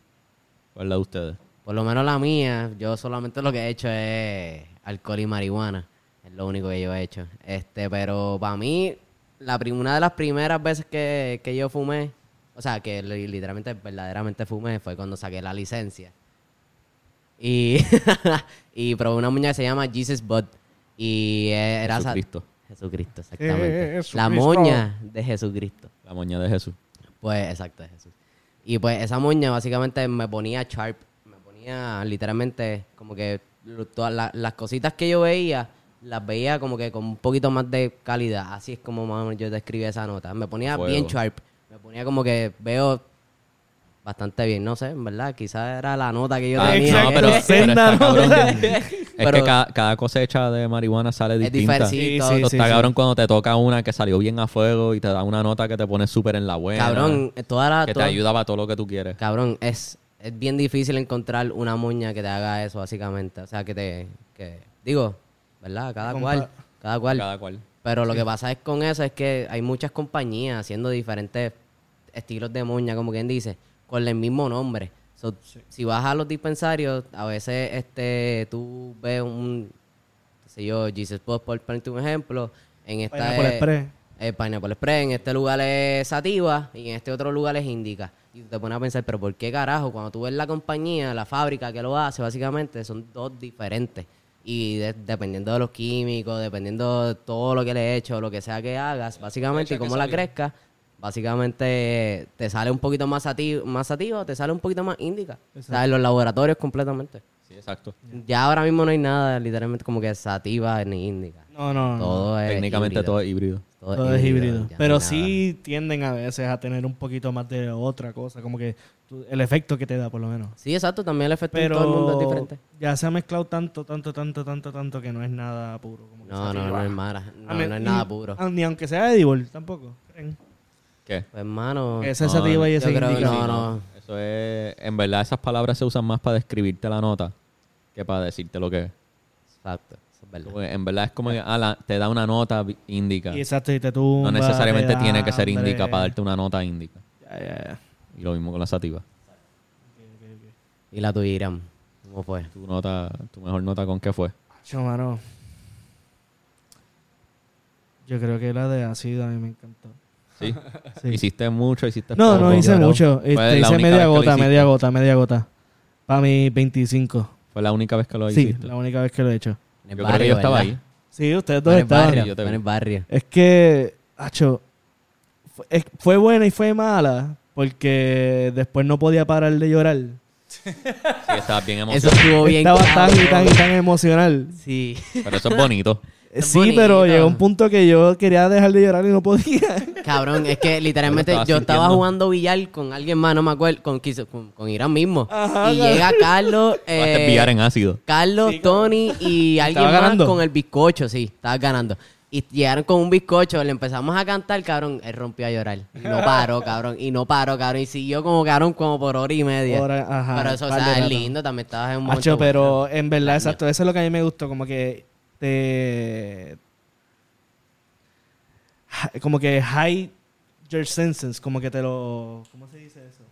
¿Cuál es la de ustedes? por lo menos la mía, yo solamente lo que he hecho es alcohol y marihuana. Es lo único que yo he hecho. Este, pero para mí, la prim- una de las primeras veces que, que yo fumé, o sea, que li- literalmente, verdaderamente fumé, fue cuando saqué la licencia. Y, y probé una muñeca que se llama Jesus Bud. Y eh, era... sa- Jesucristo. Jesucristo, exactamente. Jesucristo. La moña de Jesucristo. La moña de Jesús. Pues, exacto, de Jesús. Y pues esa moña básicamente me ponía sharp. Me ponía literalmente como que lo- todas la- las cositas que yo veía, las veía como que con un poquito más de calidad. Así es como más o menos yo describí esa nota. Me ponía Fuego. bien sharp. Me ponía como que veo bastante bien. No sé, en verdad, quizás era la nota que yo Ah, tenía. Exacto. no, que- pero, es pero está Senda, cabrón. ¿no? es que Pero- cada, cada cosecha de marihuana sale distinta. diferente. sí, Sí, todo- sí, Esto sí, está sí. cabrón cuando te toca una que salió bien a fuego y te da una nota que te pone súper en la buena. Cabrón, toda la... Que te toda- ayuda para todo lo que tú quieres. Cabrón, es, es bien difícil encontrar una moña que te haga eso, básicamente. O sea, que te. Que, digo, ¿verdad? Cada Compa- cual. Cada cual. Cada cual. Pero lo que pasa es con eso es que hay muchas compañías haciendo diferentes estilos de moña, como quien dice, con el mismo nombre. So, Si vas a los dispensarios, a veces este tú ves un. qué sé yo, Jesus Pop, por ponerte un ejemplo. En esta Pineapple es- Express. el Pineapple Express, en este lugar es Sativa y en este otro lugar es Indica. Y te pones a pensar, pero ¿por qué carajo? Cuando tú ves la compañía, la fábrica que lo hace, básicamente son dos diferentes. Y de- dependiendo de los químicos, dependiendo de todo lo que le he hecho, lo que sea que hagas, básicamente, y cómo la crezcas, básicamente te sale un poquito más sativa, más sativa, te sale un poquito más Indica. O sea, en los laboratorios completamente. Sí, exacto. Ya ahora mismo no hay nada, literalmente como que sativa ni índica. No, no, no. Todo es Ah, Eh, Técnicamente híbrido. todo es híbrido. Todo es híbrido. ya, Pero nada. sí tienden a veces a tener un poquito más de otra cosa, como que tú- el efecto que te da, por lo menos. Sí, exacto, también el efecto Pero en todo el mundo es diferente. ya se ha mezclado tanto, tanto, tanto, tanto, tanto que no es nada puro. Como que No, sativa. no, no es mara. A No, menos- no es nada puro. Ah, Ni aunque sea Edible, tampoco. ¿Creen? ¿Qué? Pues, hermano, Esa es no, sativa y yo esa es creo que indica. no, no. Eso es. En verdad, esas palabras se usan más para describirte la nota que para decirte lo que es. Exacto, eso es verdad. Porque en verdad es como que ah, la- te da una nota indica. Y exacto, y te tumba, No necesariamente te da tiene que ser hambre. indica para darte una nota indica. Ya, ya, ya. Y lo mismo con la sativa. Y la tuya, Irán. ¿Cómo fue? Tu nota, tu mejor nota con qué fue. Yo, mano. Yo creo que la de ácido a mí me encantó. Sí. Sí. Hiciste mucho, hiciste No, poco. no hice Pero mucho. fue Este, Pues, la hice única media vez que lo gota, hiciste. media gota, media gota. Para mí, 25. Fue la única vez que lo Sí, hiciste. la única vez que lo he hecho. En Yo el creo que yo estaba ¿verdad? ahí. Sí, ustedes Fue dos En el estaban. barrio, Yo te fue en vi. el barrio. Es que, acho, fue, es- fue buena y fue mala porque después no podía parar de llorar. Sí, estabas bien Eso emocionado. estuvo Oh, bien. Estaba tan y tan y cabrón. tan emocional. Sí. Pero eso es bonito. Eh, Es Sí, bonito. pero llegó un punto que yo quería dejar de llorar y no podía. Cabrón, es que literalmente Yo lo yo estaba estaba sintiendo. jugando billar con alguien más, no me acuerdo, con, quiso- con, con Irán mismo. Ajá, y cabrón. llega Carlos, Vas a eh, desviar en ácido. Carlos, Tony y alguien más ganando? con el bizcocho, sí, estaba ganando. Y llegaron con un bizcocho, le empezamos a cantar, cabrón, él rompió a llorar. Y no paró, cabrón, y no paró, cabrora y siguió como cabrón como por hora y media. Hora, ajá, pero eso, o par de sea, es rato. lindo, también estabas en un momento Acho, bueno. pero en verdad, exacto, eso es lo que a mí me gustó, como que te... Como que high your senses, como que te lo... ¿Cómo se dice eso?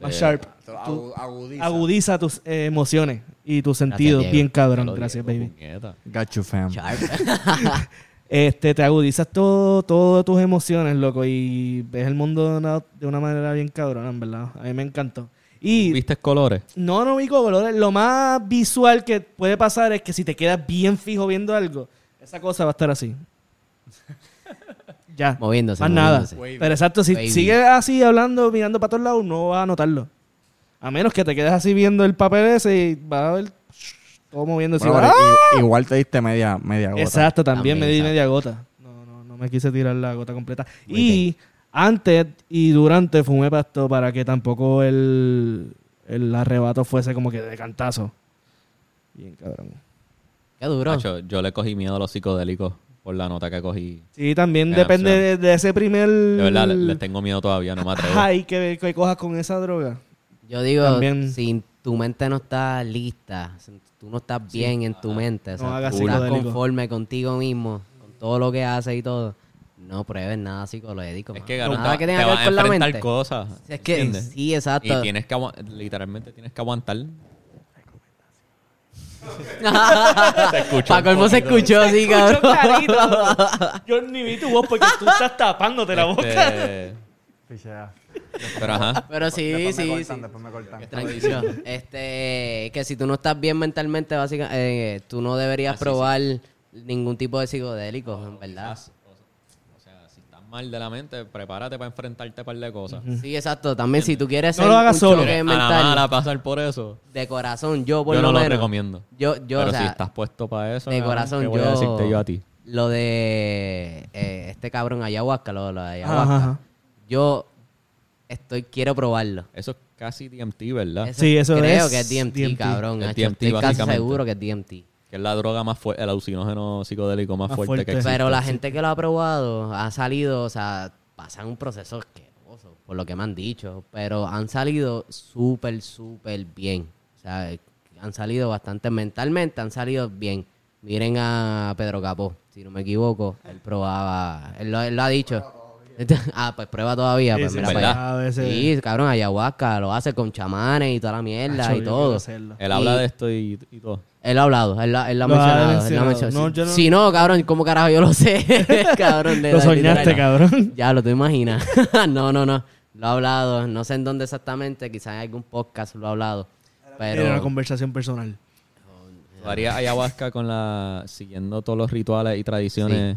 Más Eh, Te- sharp. Te lo Tú agu- agudiza. agudiza tus eh, emociones y tus sentidos, Diego. bien cabrón, Te lo gracias digo, baby. puñeta. Got you, fam. Sharp. Este, te agudizas todo, todas tus emociones, loco, y ves el mundo de una, de una manera bien cabrona, en verdad. A mí me encantó. Y ¿Viste colores? No, no vi colores. Lo más visual que puede pasar es que si te quedas bien fijo viendo algo, esa cosa va a estar así. ya. Moviéndose, Más moviéndose. nada. Wavy. Pero exacto, si Wavy. sigues así hablando, mirando para todos lados, no vas a notarlo. A menos que te quedes así viendo el papel ese y vas a ver todo moviéndose. Bueno, ¡Ah! pero i- igual te diste media, media gota. Exacto, también, También, me di exacto. media gota. No, no, no me quise tirar la gota completa. Muy y antes y durante fumé pasto para que tampoco el, el arrebato fuese como que de cantazo. Bien, cabrón. Qué duro. Nacho, yo le cogí miedo a los psicodélicos por la nota que cogí. Sí, también Buena depende de, de ese primer De verdad, le- les tengo miedo todavía, no me atrevo. high que, que cojas con esa droga. Yo digo, También- si tu mente no está lista, si tú no estás bien en tu mente, o sea, No hagas tú estás psicodélico. conforme contigo mismo, con todo lo que haces y todo, no pruebes nada psicológico. Es mano. que, garoto, nada que tenga te que vas ver a con la enfrentar mente. cosas. es que ¿entiendes? sí, Y exacto. tienes que aguan- literalmente tienes que aguantar. Se escuchó Paco un Hermoso se escuchó poquito. así, cabrón. Yo ni vi tu voz porque tú estás tapándote la boca. Este, Pichea. pero ajá. Pero sí, ah. Después me sí, sí. cortan, después me cortan. Tranquilo. Este, que si tú no estás bien mentalmente, básicamente, eh, tú no Ah, deberías probar ningún tipo de psicodélico, en verdad. O sea, si estás mal de la mente, prepárate para enfrentarte a un par de cosas. Sí, exacto. También si tú quieres No lo hagas un solo. choque Mira, a la mental mala pasar por eso. de corazón, yo por Yo lo no lo menos, recomiendo. Yo, yo, pero o sea, si estás puesto para eso, de cabrón, corazón, ¿qué yo. voy a decirte yo a ti? Lo de eh, este cabrón ayahuasca, lo, lo de ayahuasca. Ajá, ajá. Yo estoy, quiero probarlo. Eso es casi DMT, ¿verdad? Eso Sí, eso creo es que es DMT, DMT. cabrón. Es Nacho, DMT, estoy casi básicamente. seguro que es DMT. Que es la droga más fuerte, el alucinógeno psicodélico más, Más fuerte, fuerte. que existe. Pero la gente que lo ha probado ha salido, o sea, pasan un proceso asqueroso, por lo que me han dicho, pero han salido súper, súper bien. O sea, han salido bastante mentalmente, han salido bien. Miren a Pedro Capó, si no me equivoco, él probaba, él lo, él lo ha dicho. Ah, pues prueba todavía, Sí, pues sí, mira sí. para allá. Ah, a veces- Sí, cabrón, ayahuasca, lo hace con chamanes y toda la mierda Acho, y yo todo. quiero hacerlo. Él y- habla de esto y, y todo. Él ha hablado, él, la- él la ha Lo ha mencionado. él la ha mencionado. mencionado. No, yo no- Si no, cabrón, ¿cómo carajo yo lo sé? cabrón, de Lo la- soñaste, literal. cabrón. Ya, lo te imaginas. no, no, no. Lo ha hablado, no sé en dónde exactamente, quizás en algún podcast lo ha hablado. Era una Pero conversación personal. Tú harías ayahuasca con la siguiendo todos los rituales y tradiciones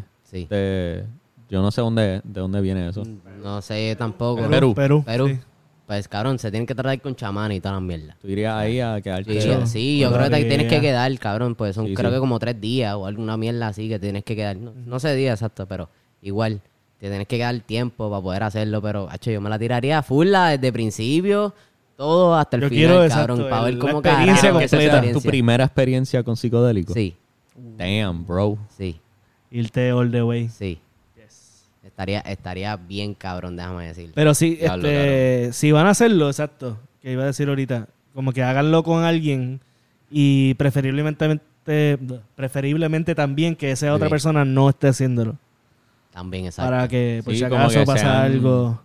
Sí, Mm. sí. de yo no sé dónde de dónde viene eso. no sé tampoco. Perú. Perú. Perú. sí. Pues cabrón, se tienen que tratar con chamán y toda la mierda. Tú irías ahí a quedarte. Sí, Pero- sí, yo creo que te Todavía. tienes que quedar, cabrón. Pues son Sí, creo sí. que como tres días o alguna mierda así que tienes que quedar. No, no sé día exacto, pero igual. Te tienes que quedar tiempo para poder hacerlo. Pero, hacho, yo me la tiraría full la desde principio, todo hasta el Yo final, quiero, cabrón. exacto, para ver el- la cómo experiencia carajo Que es esa esa sea tu experiencia. primera experiencia con psicodélico. Sí, Damn, bro. sí, Irte all the way. sí. Estaría, estaría bien cabrón, déjame decirlo. Pero sí, Diablo, este, si van a hacerlo, exacto, que iba a decir ahorita, como que háganlo con alguien y preferiblemente, preferiblemente también que esa otra Sí. persona no esté haciéndolo. También, exacto. Para que, por Sí, si como acaso, que pasa sean- algo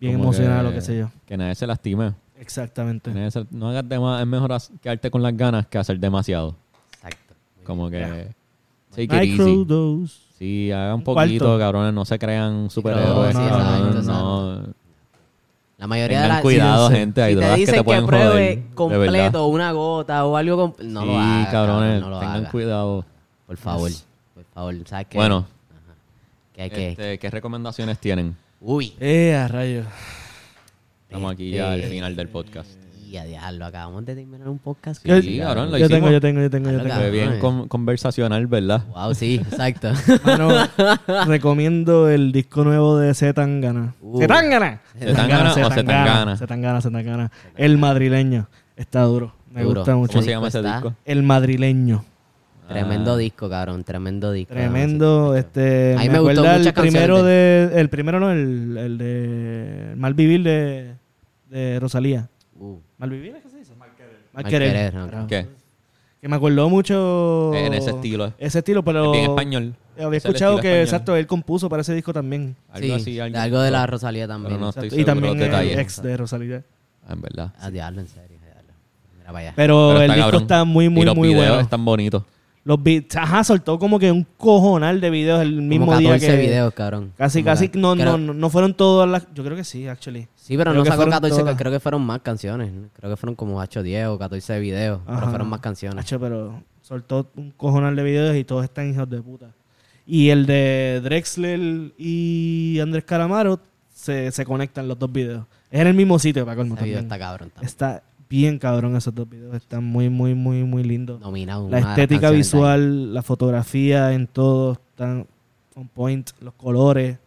bien Como emocional o qué sé yo. Que nadie se lastime. Exactamente. Que nadie se- no hagas dema- es mejor as- quedarte con las ganas que hacer demasiado. Exacto. Como que. Take it easy. Microdose. Sí, hagan un cuarto. poquito, cabrones. No se crean superhéroes. sí, cabrón, exacto, no, La mayoría Tengan de las cuidado, sí, sí. gente. Hay Si te drogas que dicen te que, pueden pruebe joder. de verdad. completo una gota o algo, compl- no sí, lo hagas. cabrones. cabrón, no lo tengan hagas. cuidado. Por favor, por favor, ¿sabes qué? Bueno, Que hay que... este, ¿qué recomendaciones tienen? Uy, Eh, a rayos. Estamos aquí ya al Este- final del podcast. y a dejarlo, acabamos de terminar un podcast. Sí, que- sí, cabrón, lo yo hicimos. tengo, yo tengo, yo tengo, yo Ah, tengo. Fue bien Cabrones. con- conversacional, ¿verdad? Wow, sí, exacto. Ah. Mano, recomiendo el disco nuevo de Zetangana. Uh. ¡Zetangana! ¿Zetangana o Zetangana? Zetangana, Zetangana. El madrileño. Está duro. Me Duro. gusta mucho. ¿Cómo se llama ese Está- disco? El madrileño. tremendo disco, cabrón, tremendo Ah, disco. Tremendo. Este, A mí me gustó acuerda el muchas canciones primero de... El primero no, el, el de... Mal Vivir de, de Rosalía. Uh, ¿Mal Vivir es que se dice? Mal Querer. Mal Mal Querer. Querer, ok. carajo. ¿Qué? Que me acordó mucho... En ese estilo. eh. Ese estilo, pero... Bien español. Había Es el escuchado estilo que, español. exacto, él compuso para ese disco también. sí, Algo así. de algo de la Rosalía también. Pero no Exacto. estoy y seguro también de los el detalles. ex de Rosalía. Ah, en verdad. A diablo, en serio, a diablo. Mira para allá. Pero, Pero el disco cabrón. está muy, muy, Y los muy videos bueno. están bonitos. Los beats, ajá, soltó como que un cojonal de videos el mismo Como 14 día que. videos, cabrón. Casi, Como casi, que- no, no, creo- no, no fueron todas las. Yo creo que sí, actually. Sí, pero Creo no que sacó fueron 14, todas. creo que fueron más canciones. ¿no? Creo que fueron como 8 o 10 o 14 videos, Ajá. pero fueron más canciones. Hacho, pero soltó un cojonal de videos y todos están hijos de puta. Y el de Drexler y Andrés Calamaro se, se conectan los dos videos. Es en el mismo sitio, para colmo Ese video también. está cabrón también. Está bien cabrón esos dos videos. Están muy, muy, muy, muy lindos. Nominado una La de las estética canciones de ahí. visual, la fotografía en todo, están on point, los colores.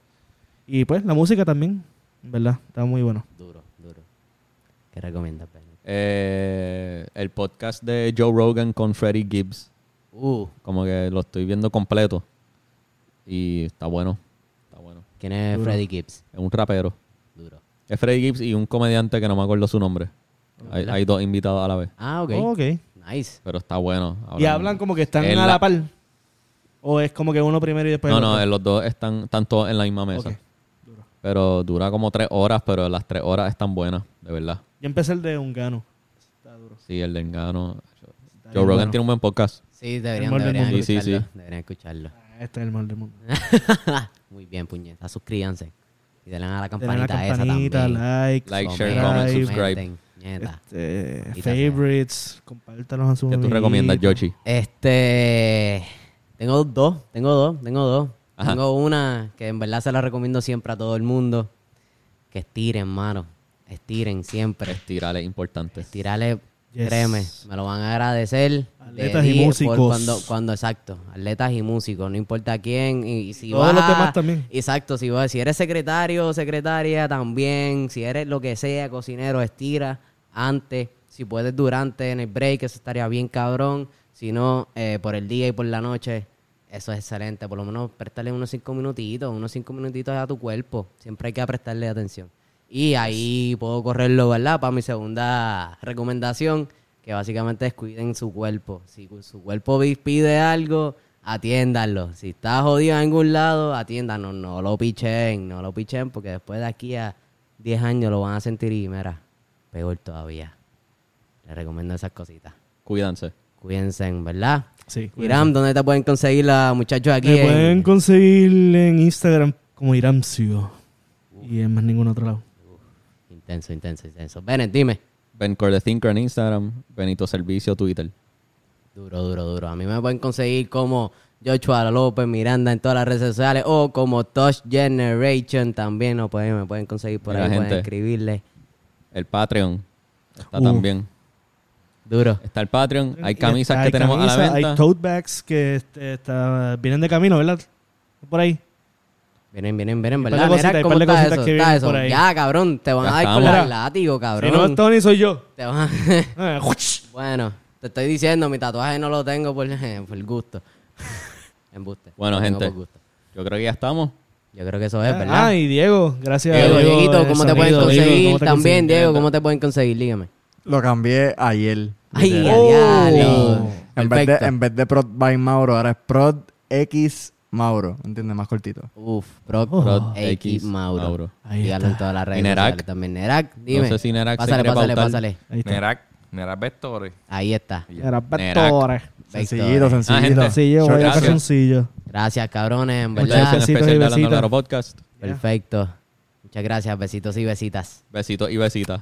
Y pues la música también, en ¿verdad? Está muy bueno. Duro, duro. ¿Qué recomiendas, Ben? Eh, el podcast de Joe Rogan con Freddie Gibbs. Uh, Como que lo estoy viendo completo. Y está bueno. Está bueno. ¿quién es Duro. Freddy Gibbs? Es un rapero. Duro. Es Freddie Gibbs y un comediante que no me acuerdo su nombre. Hay, hay dos invitados a la vez. Ah, ok. Oh, ok. Nice. Pero está bueno. Y hablan como que están En a la- la par. O es como que uno primero y después No, el no, otro. eh, los dos están, están todos en la misma mesa. Ok. Pero dura como tres horas, pero las tres horas están buenas, de verdad. Yo empecé el de Ungano. Está duro. Sí, el de Engano. Está Joe bien Rogan bueno. tiene un buen podcast. Sí, deberían, mejor del deberían mundo. Sí, sí, escucharlo. sí. Deberían escucharlo. Ah, Este es el mal del mundo. Muy bien, puñeta. Suscríbanse. Y denle a la Denle campanita, la campanita, esa también. like, Like, share, Comenten, comment, subscribe, subscribe. comenten, puñeta. este, Y también. favorites, compártanos a su ¿Qué tú amiguito. recomiendas, Yoshi? Este. Tengo dos, tengo dos, tengo dos. Ajá. Tengo una que en verdad se la recomiendo siempre a todo el mundo. Que estiren, mano. Estiren siempre. Estirar es importante. Estirarle, Yes. créeme, me lo van a agradecer. Atletas y día- por músicos. Cuando, cuando, exacto, atletas y músicos, no importa quién. Y, y si Todos vas los a- demás también. Exacto, si, vas, si eres secretario o secretaria también, si eres lo que sea, cocinero, estira antes, si puedes durante, en el break, eso estaría bien cabrón. Si no, eh, por el día y por la noche, eso es excelente. Por lo menos prestarle unos cinco minutitos, unos cinco minutitos a tu cuerpo. Siempre hay que prestarle atención. Y ahí puedo correrlo, ¿verdad? Para mi segunda recomendación, que básicamente es cuiden su cuerpo. Si su cuerpo vi- pide algo, atiéndanlo. Si está jodido en algún lado, atiéndanlo. No lo pichen, no lo pichen, porque después de aquí a 10 años lo van a sentir y mira, peor todavía. Les recomiendo esas cositas. Cuídense. Cuídense, ¿verdad? Sí, Irán, ¿dónde te pueden conseguir los muchachos aquí? Me en- pueden conseguir en Instagram como Iramcio. Y en más ningún otro lado. Intenso, intenso, intenso. Bennett, dime. Ben Core the Thinker en Instagram. Benito Servicio, Twitter. Duro, duro, duro. A mí me pueden conseguir como Joshua López Miranda en todas las redes sociales o como Touch Generation también. No pueden, me pueden conseguir por Mira, ahí, pueden gente. escribirle. El Patreon está Uh. también. Duro. Está el Patreon. Hay Y camisas está- que hay tenemos a la camisas, venta. Hay tote bags que este, está- vienen de camino, ¿verdad? Por ahí. Vienen, vienen, vienen, par de ¿verdad? Mira cositas, hay cómo par de está cositas eso, que está vienen eso. por ahí. Ya, cabrón, te van Ya a dar estamos. con el Mira. látigo, Si no es cabrón. Tony, soy yo. Te van a- Ah, Bueno, te estoy diciendo, mi tatuaje no lo tengo por, por el gusto. Embuste. Bueno, Lo tengo gente. por gusto. Yo creo que ya estamos. Yo creo que eso es, ¿verdad? Ah, y Diego, gracias Diego, a Diego. Dieguito, el ¿cómo te pueden sonido, Diego, conseguir? ¿cómo te También, consiguen? Diego, ¿cómo te pueden conseguir? Dígame. Lo cambié ayer. Ay, a Oh. diablo. En vez, de, Perfecto. en vez de Prod by Mauro, ahora es Prod X Mauro. ¿Entiendes? Más cortito. Uf, Proc, Oh. Proc, Prod X, X, Mauro. Mauro. Ahí Dígalo está. en todas las redes. Y Nerak. sociales También Nerak, dime. No sé si Nerak se Pásale, quiere pásale, pautar. pásale. Ahí está. Nerac, Nerac Vectores. Ahí está. Era Nerac. Vectores. Sencillito, sencillito. gente. Sencillo, Short vaya gracias. action. calzoncillo. Gracias, cabrones, en Esta verdad. edición Besitos y especial de Hablando besitas. Claro Podcast. Perfecto. Muchas gracias, besitos y besitas. Besitos y besitas.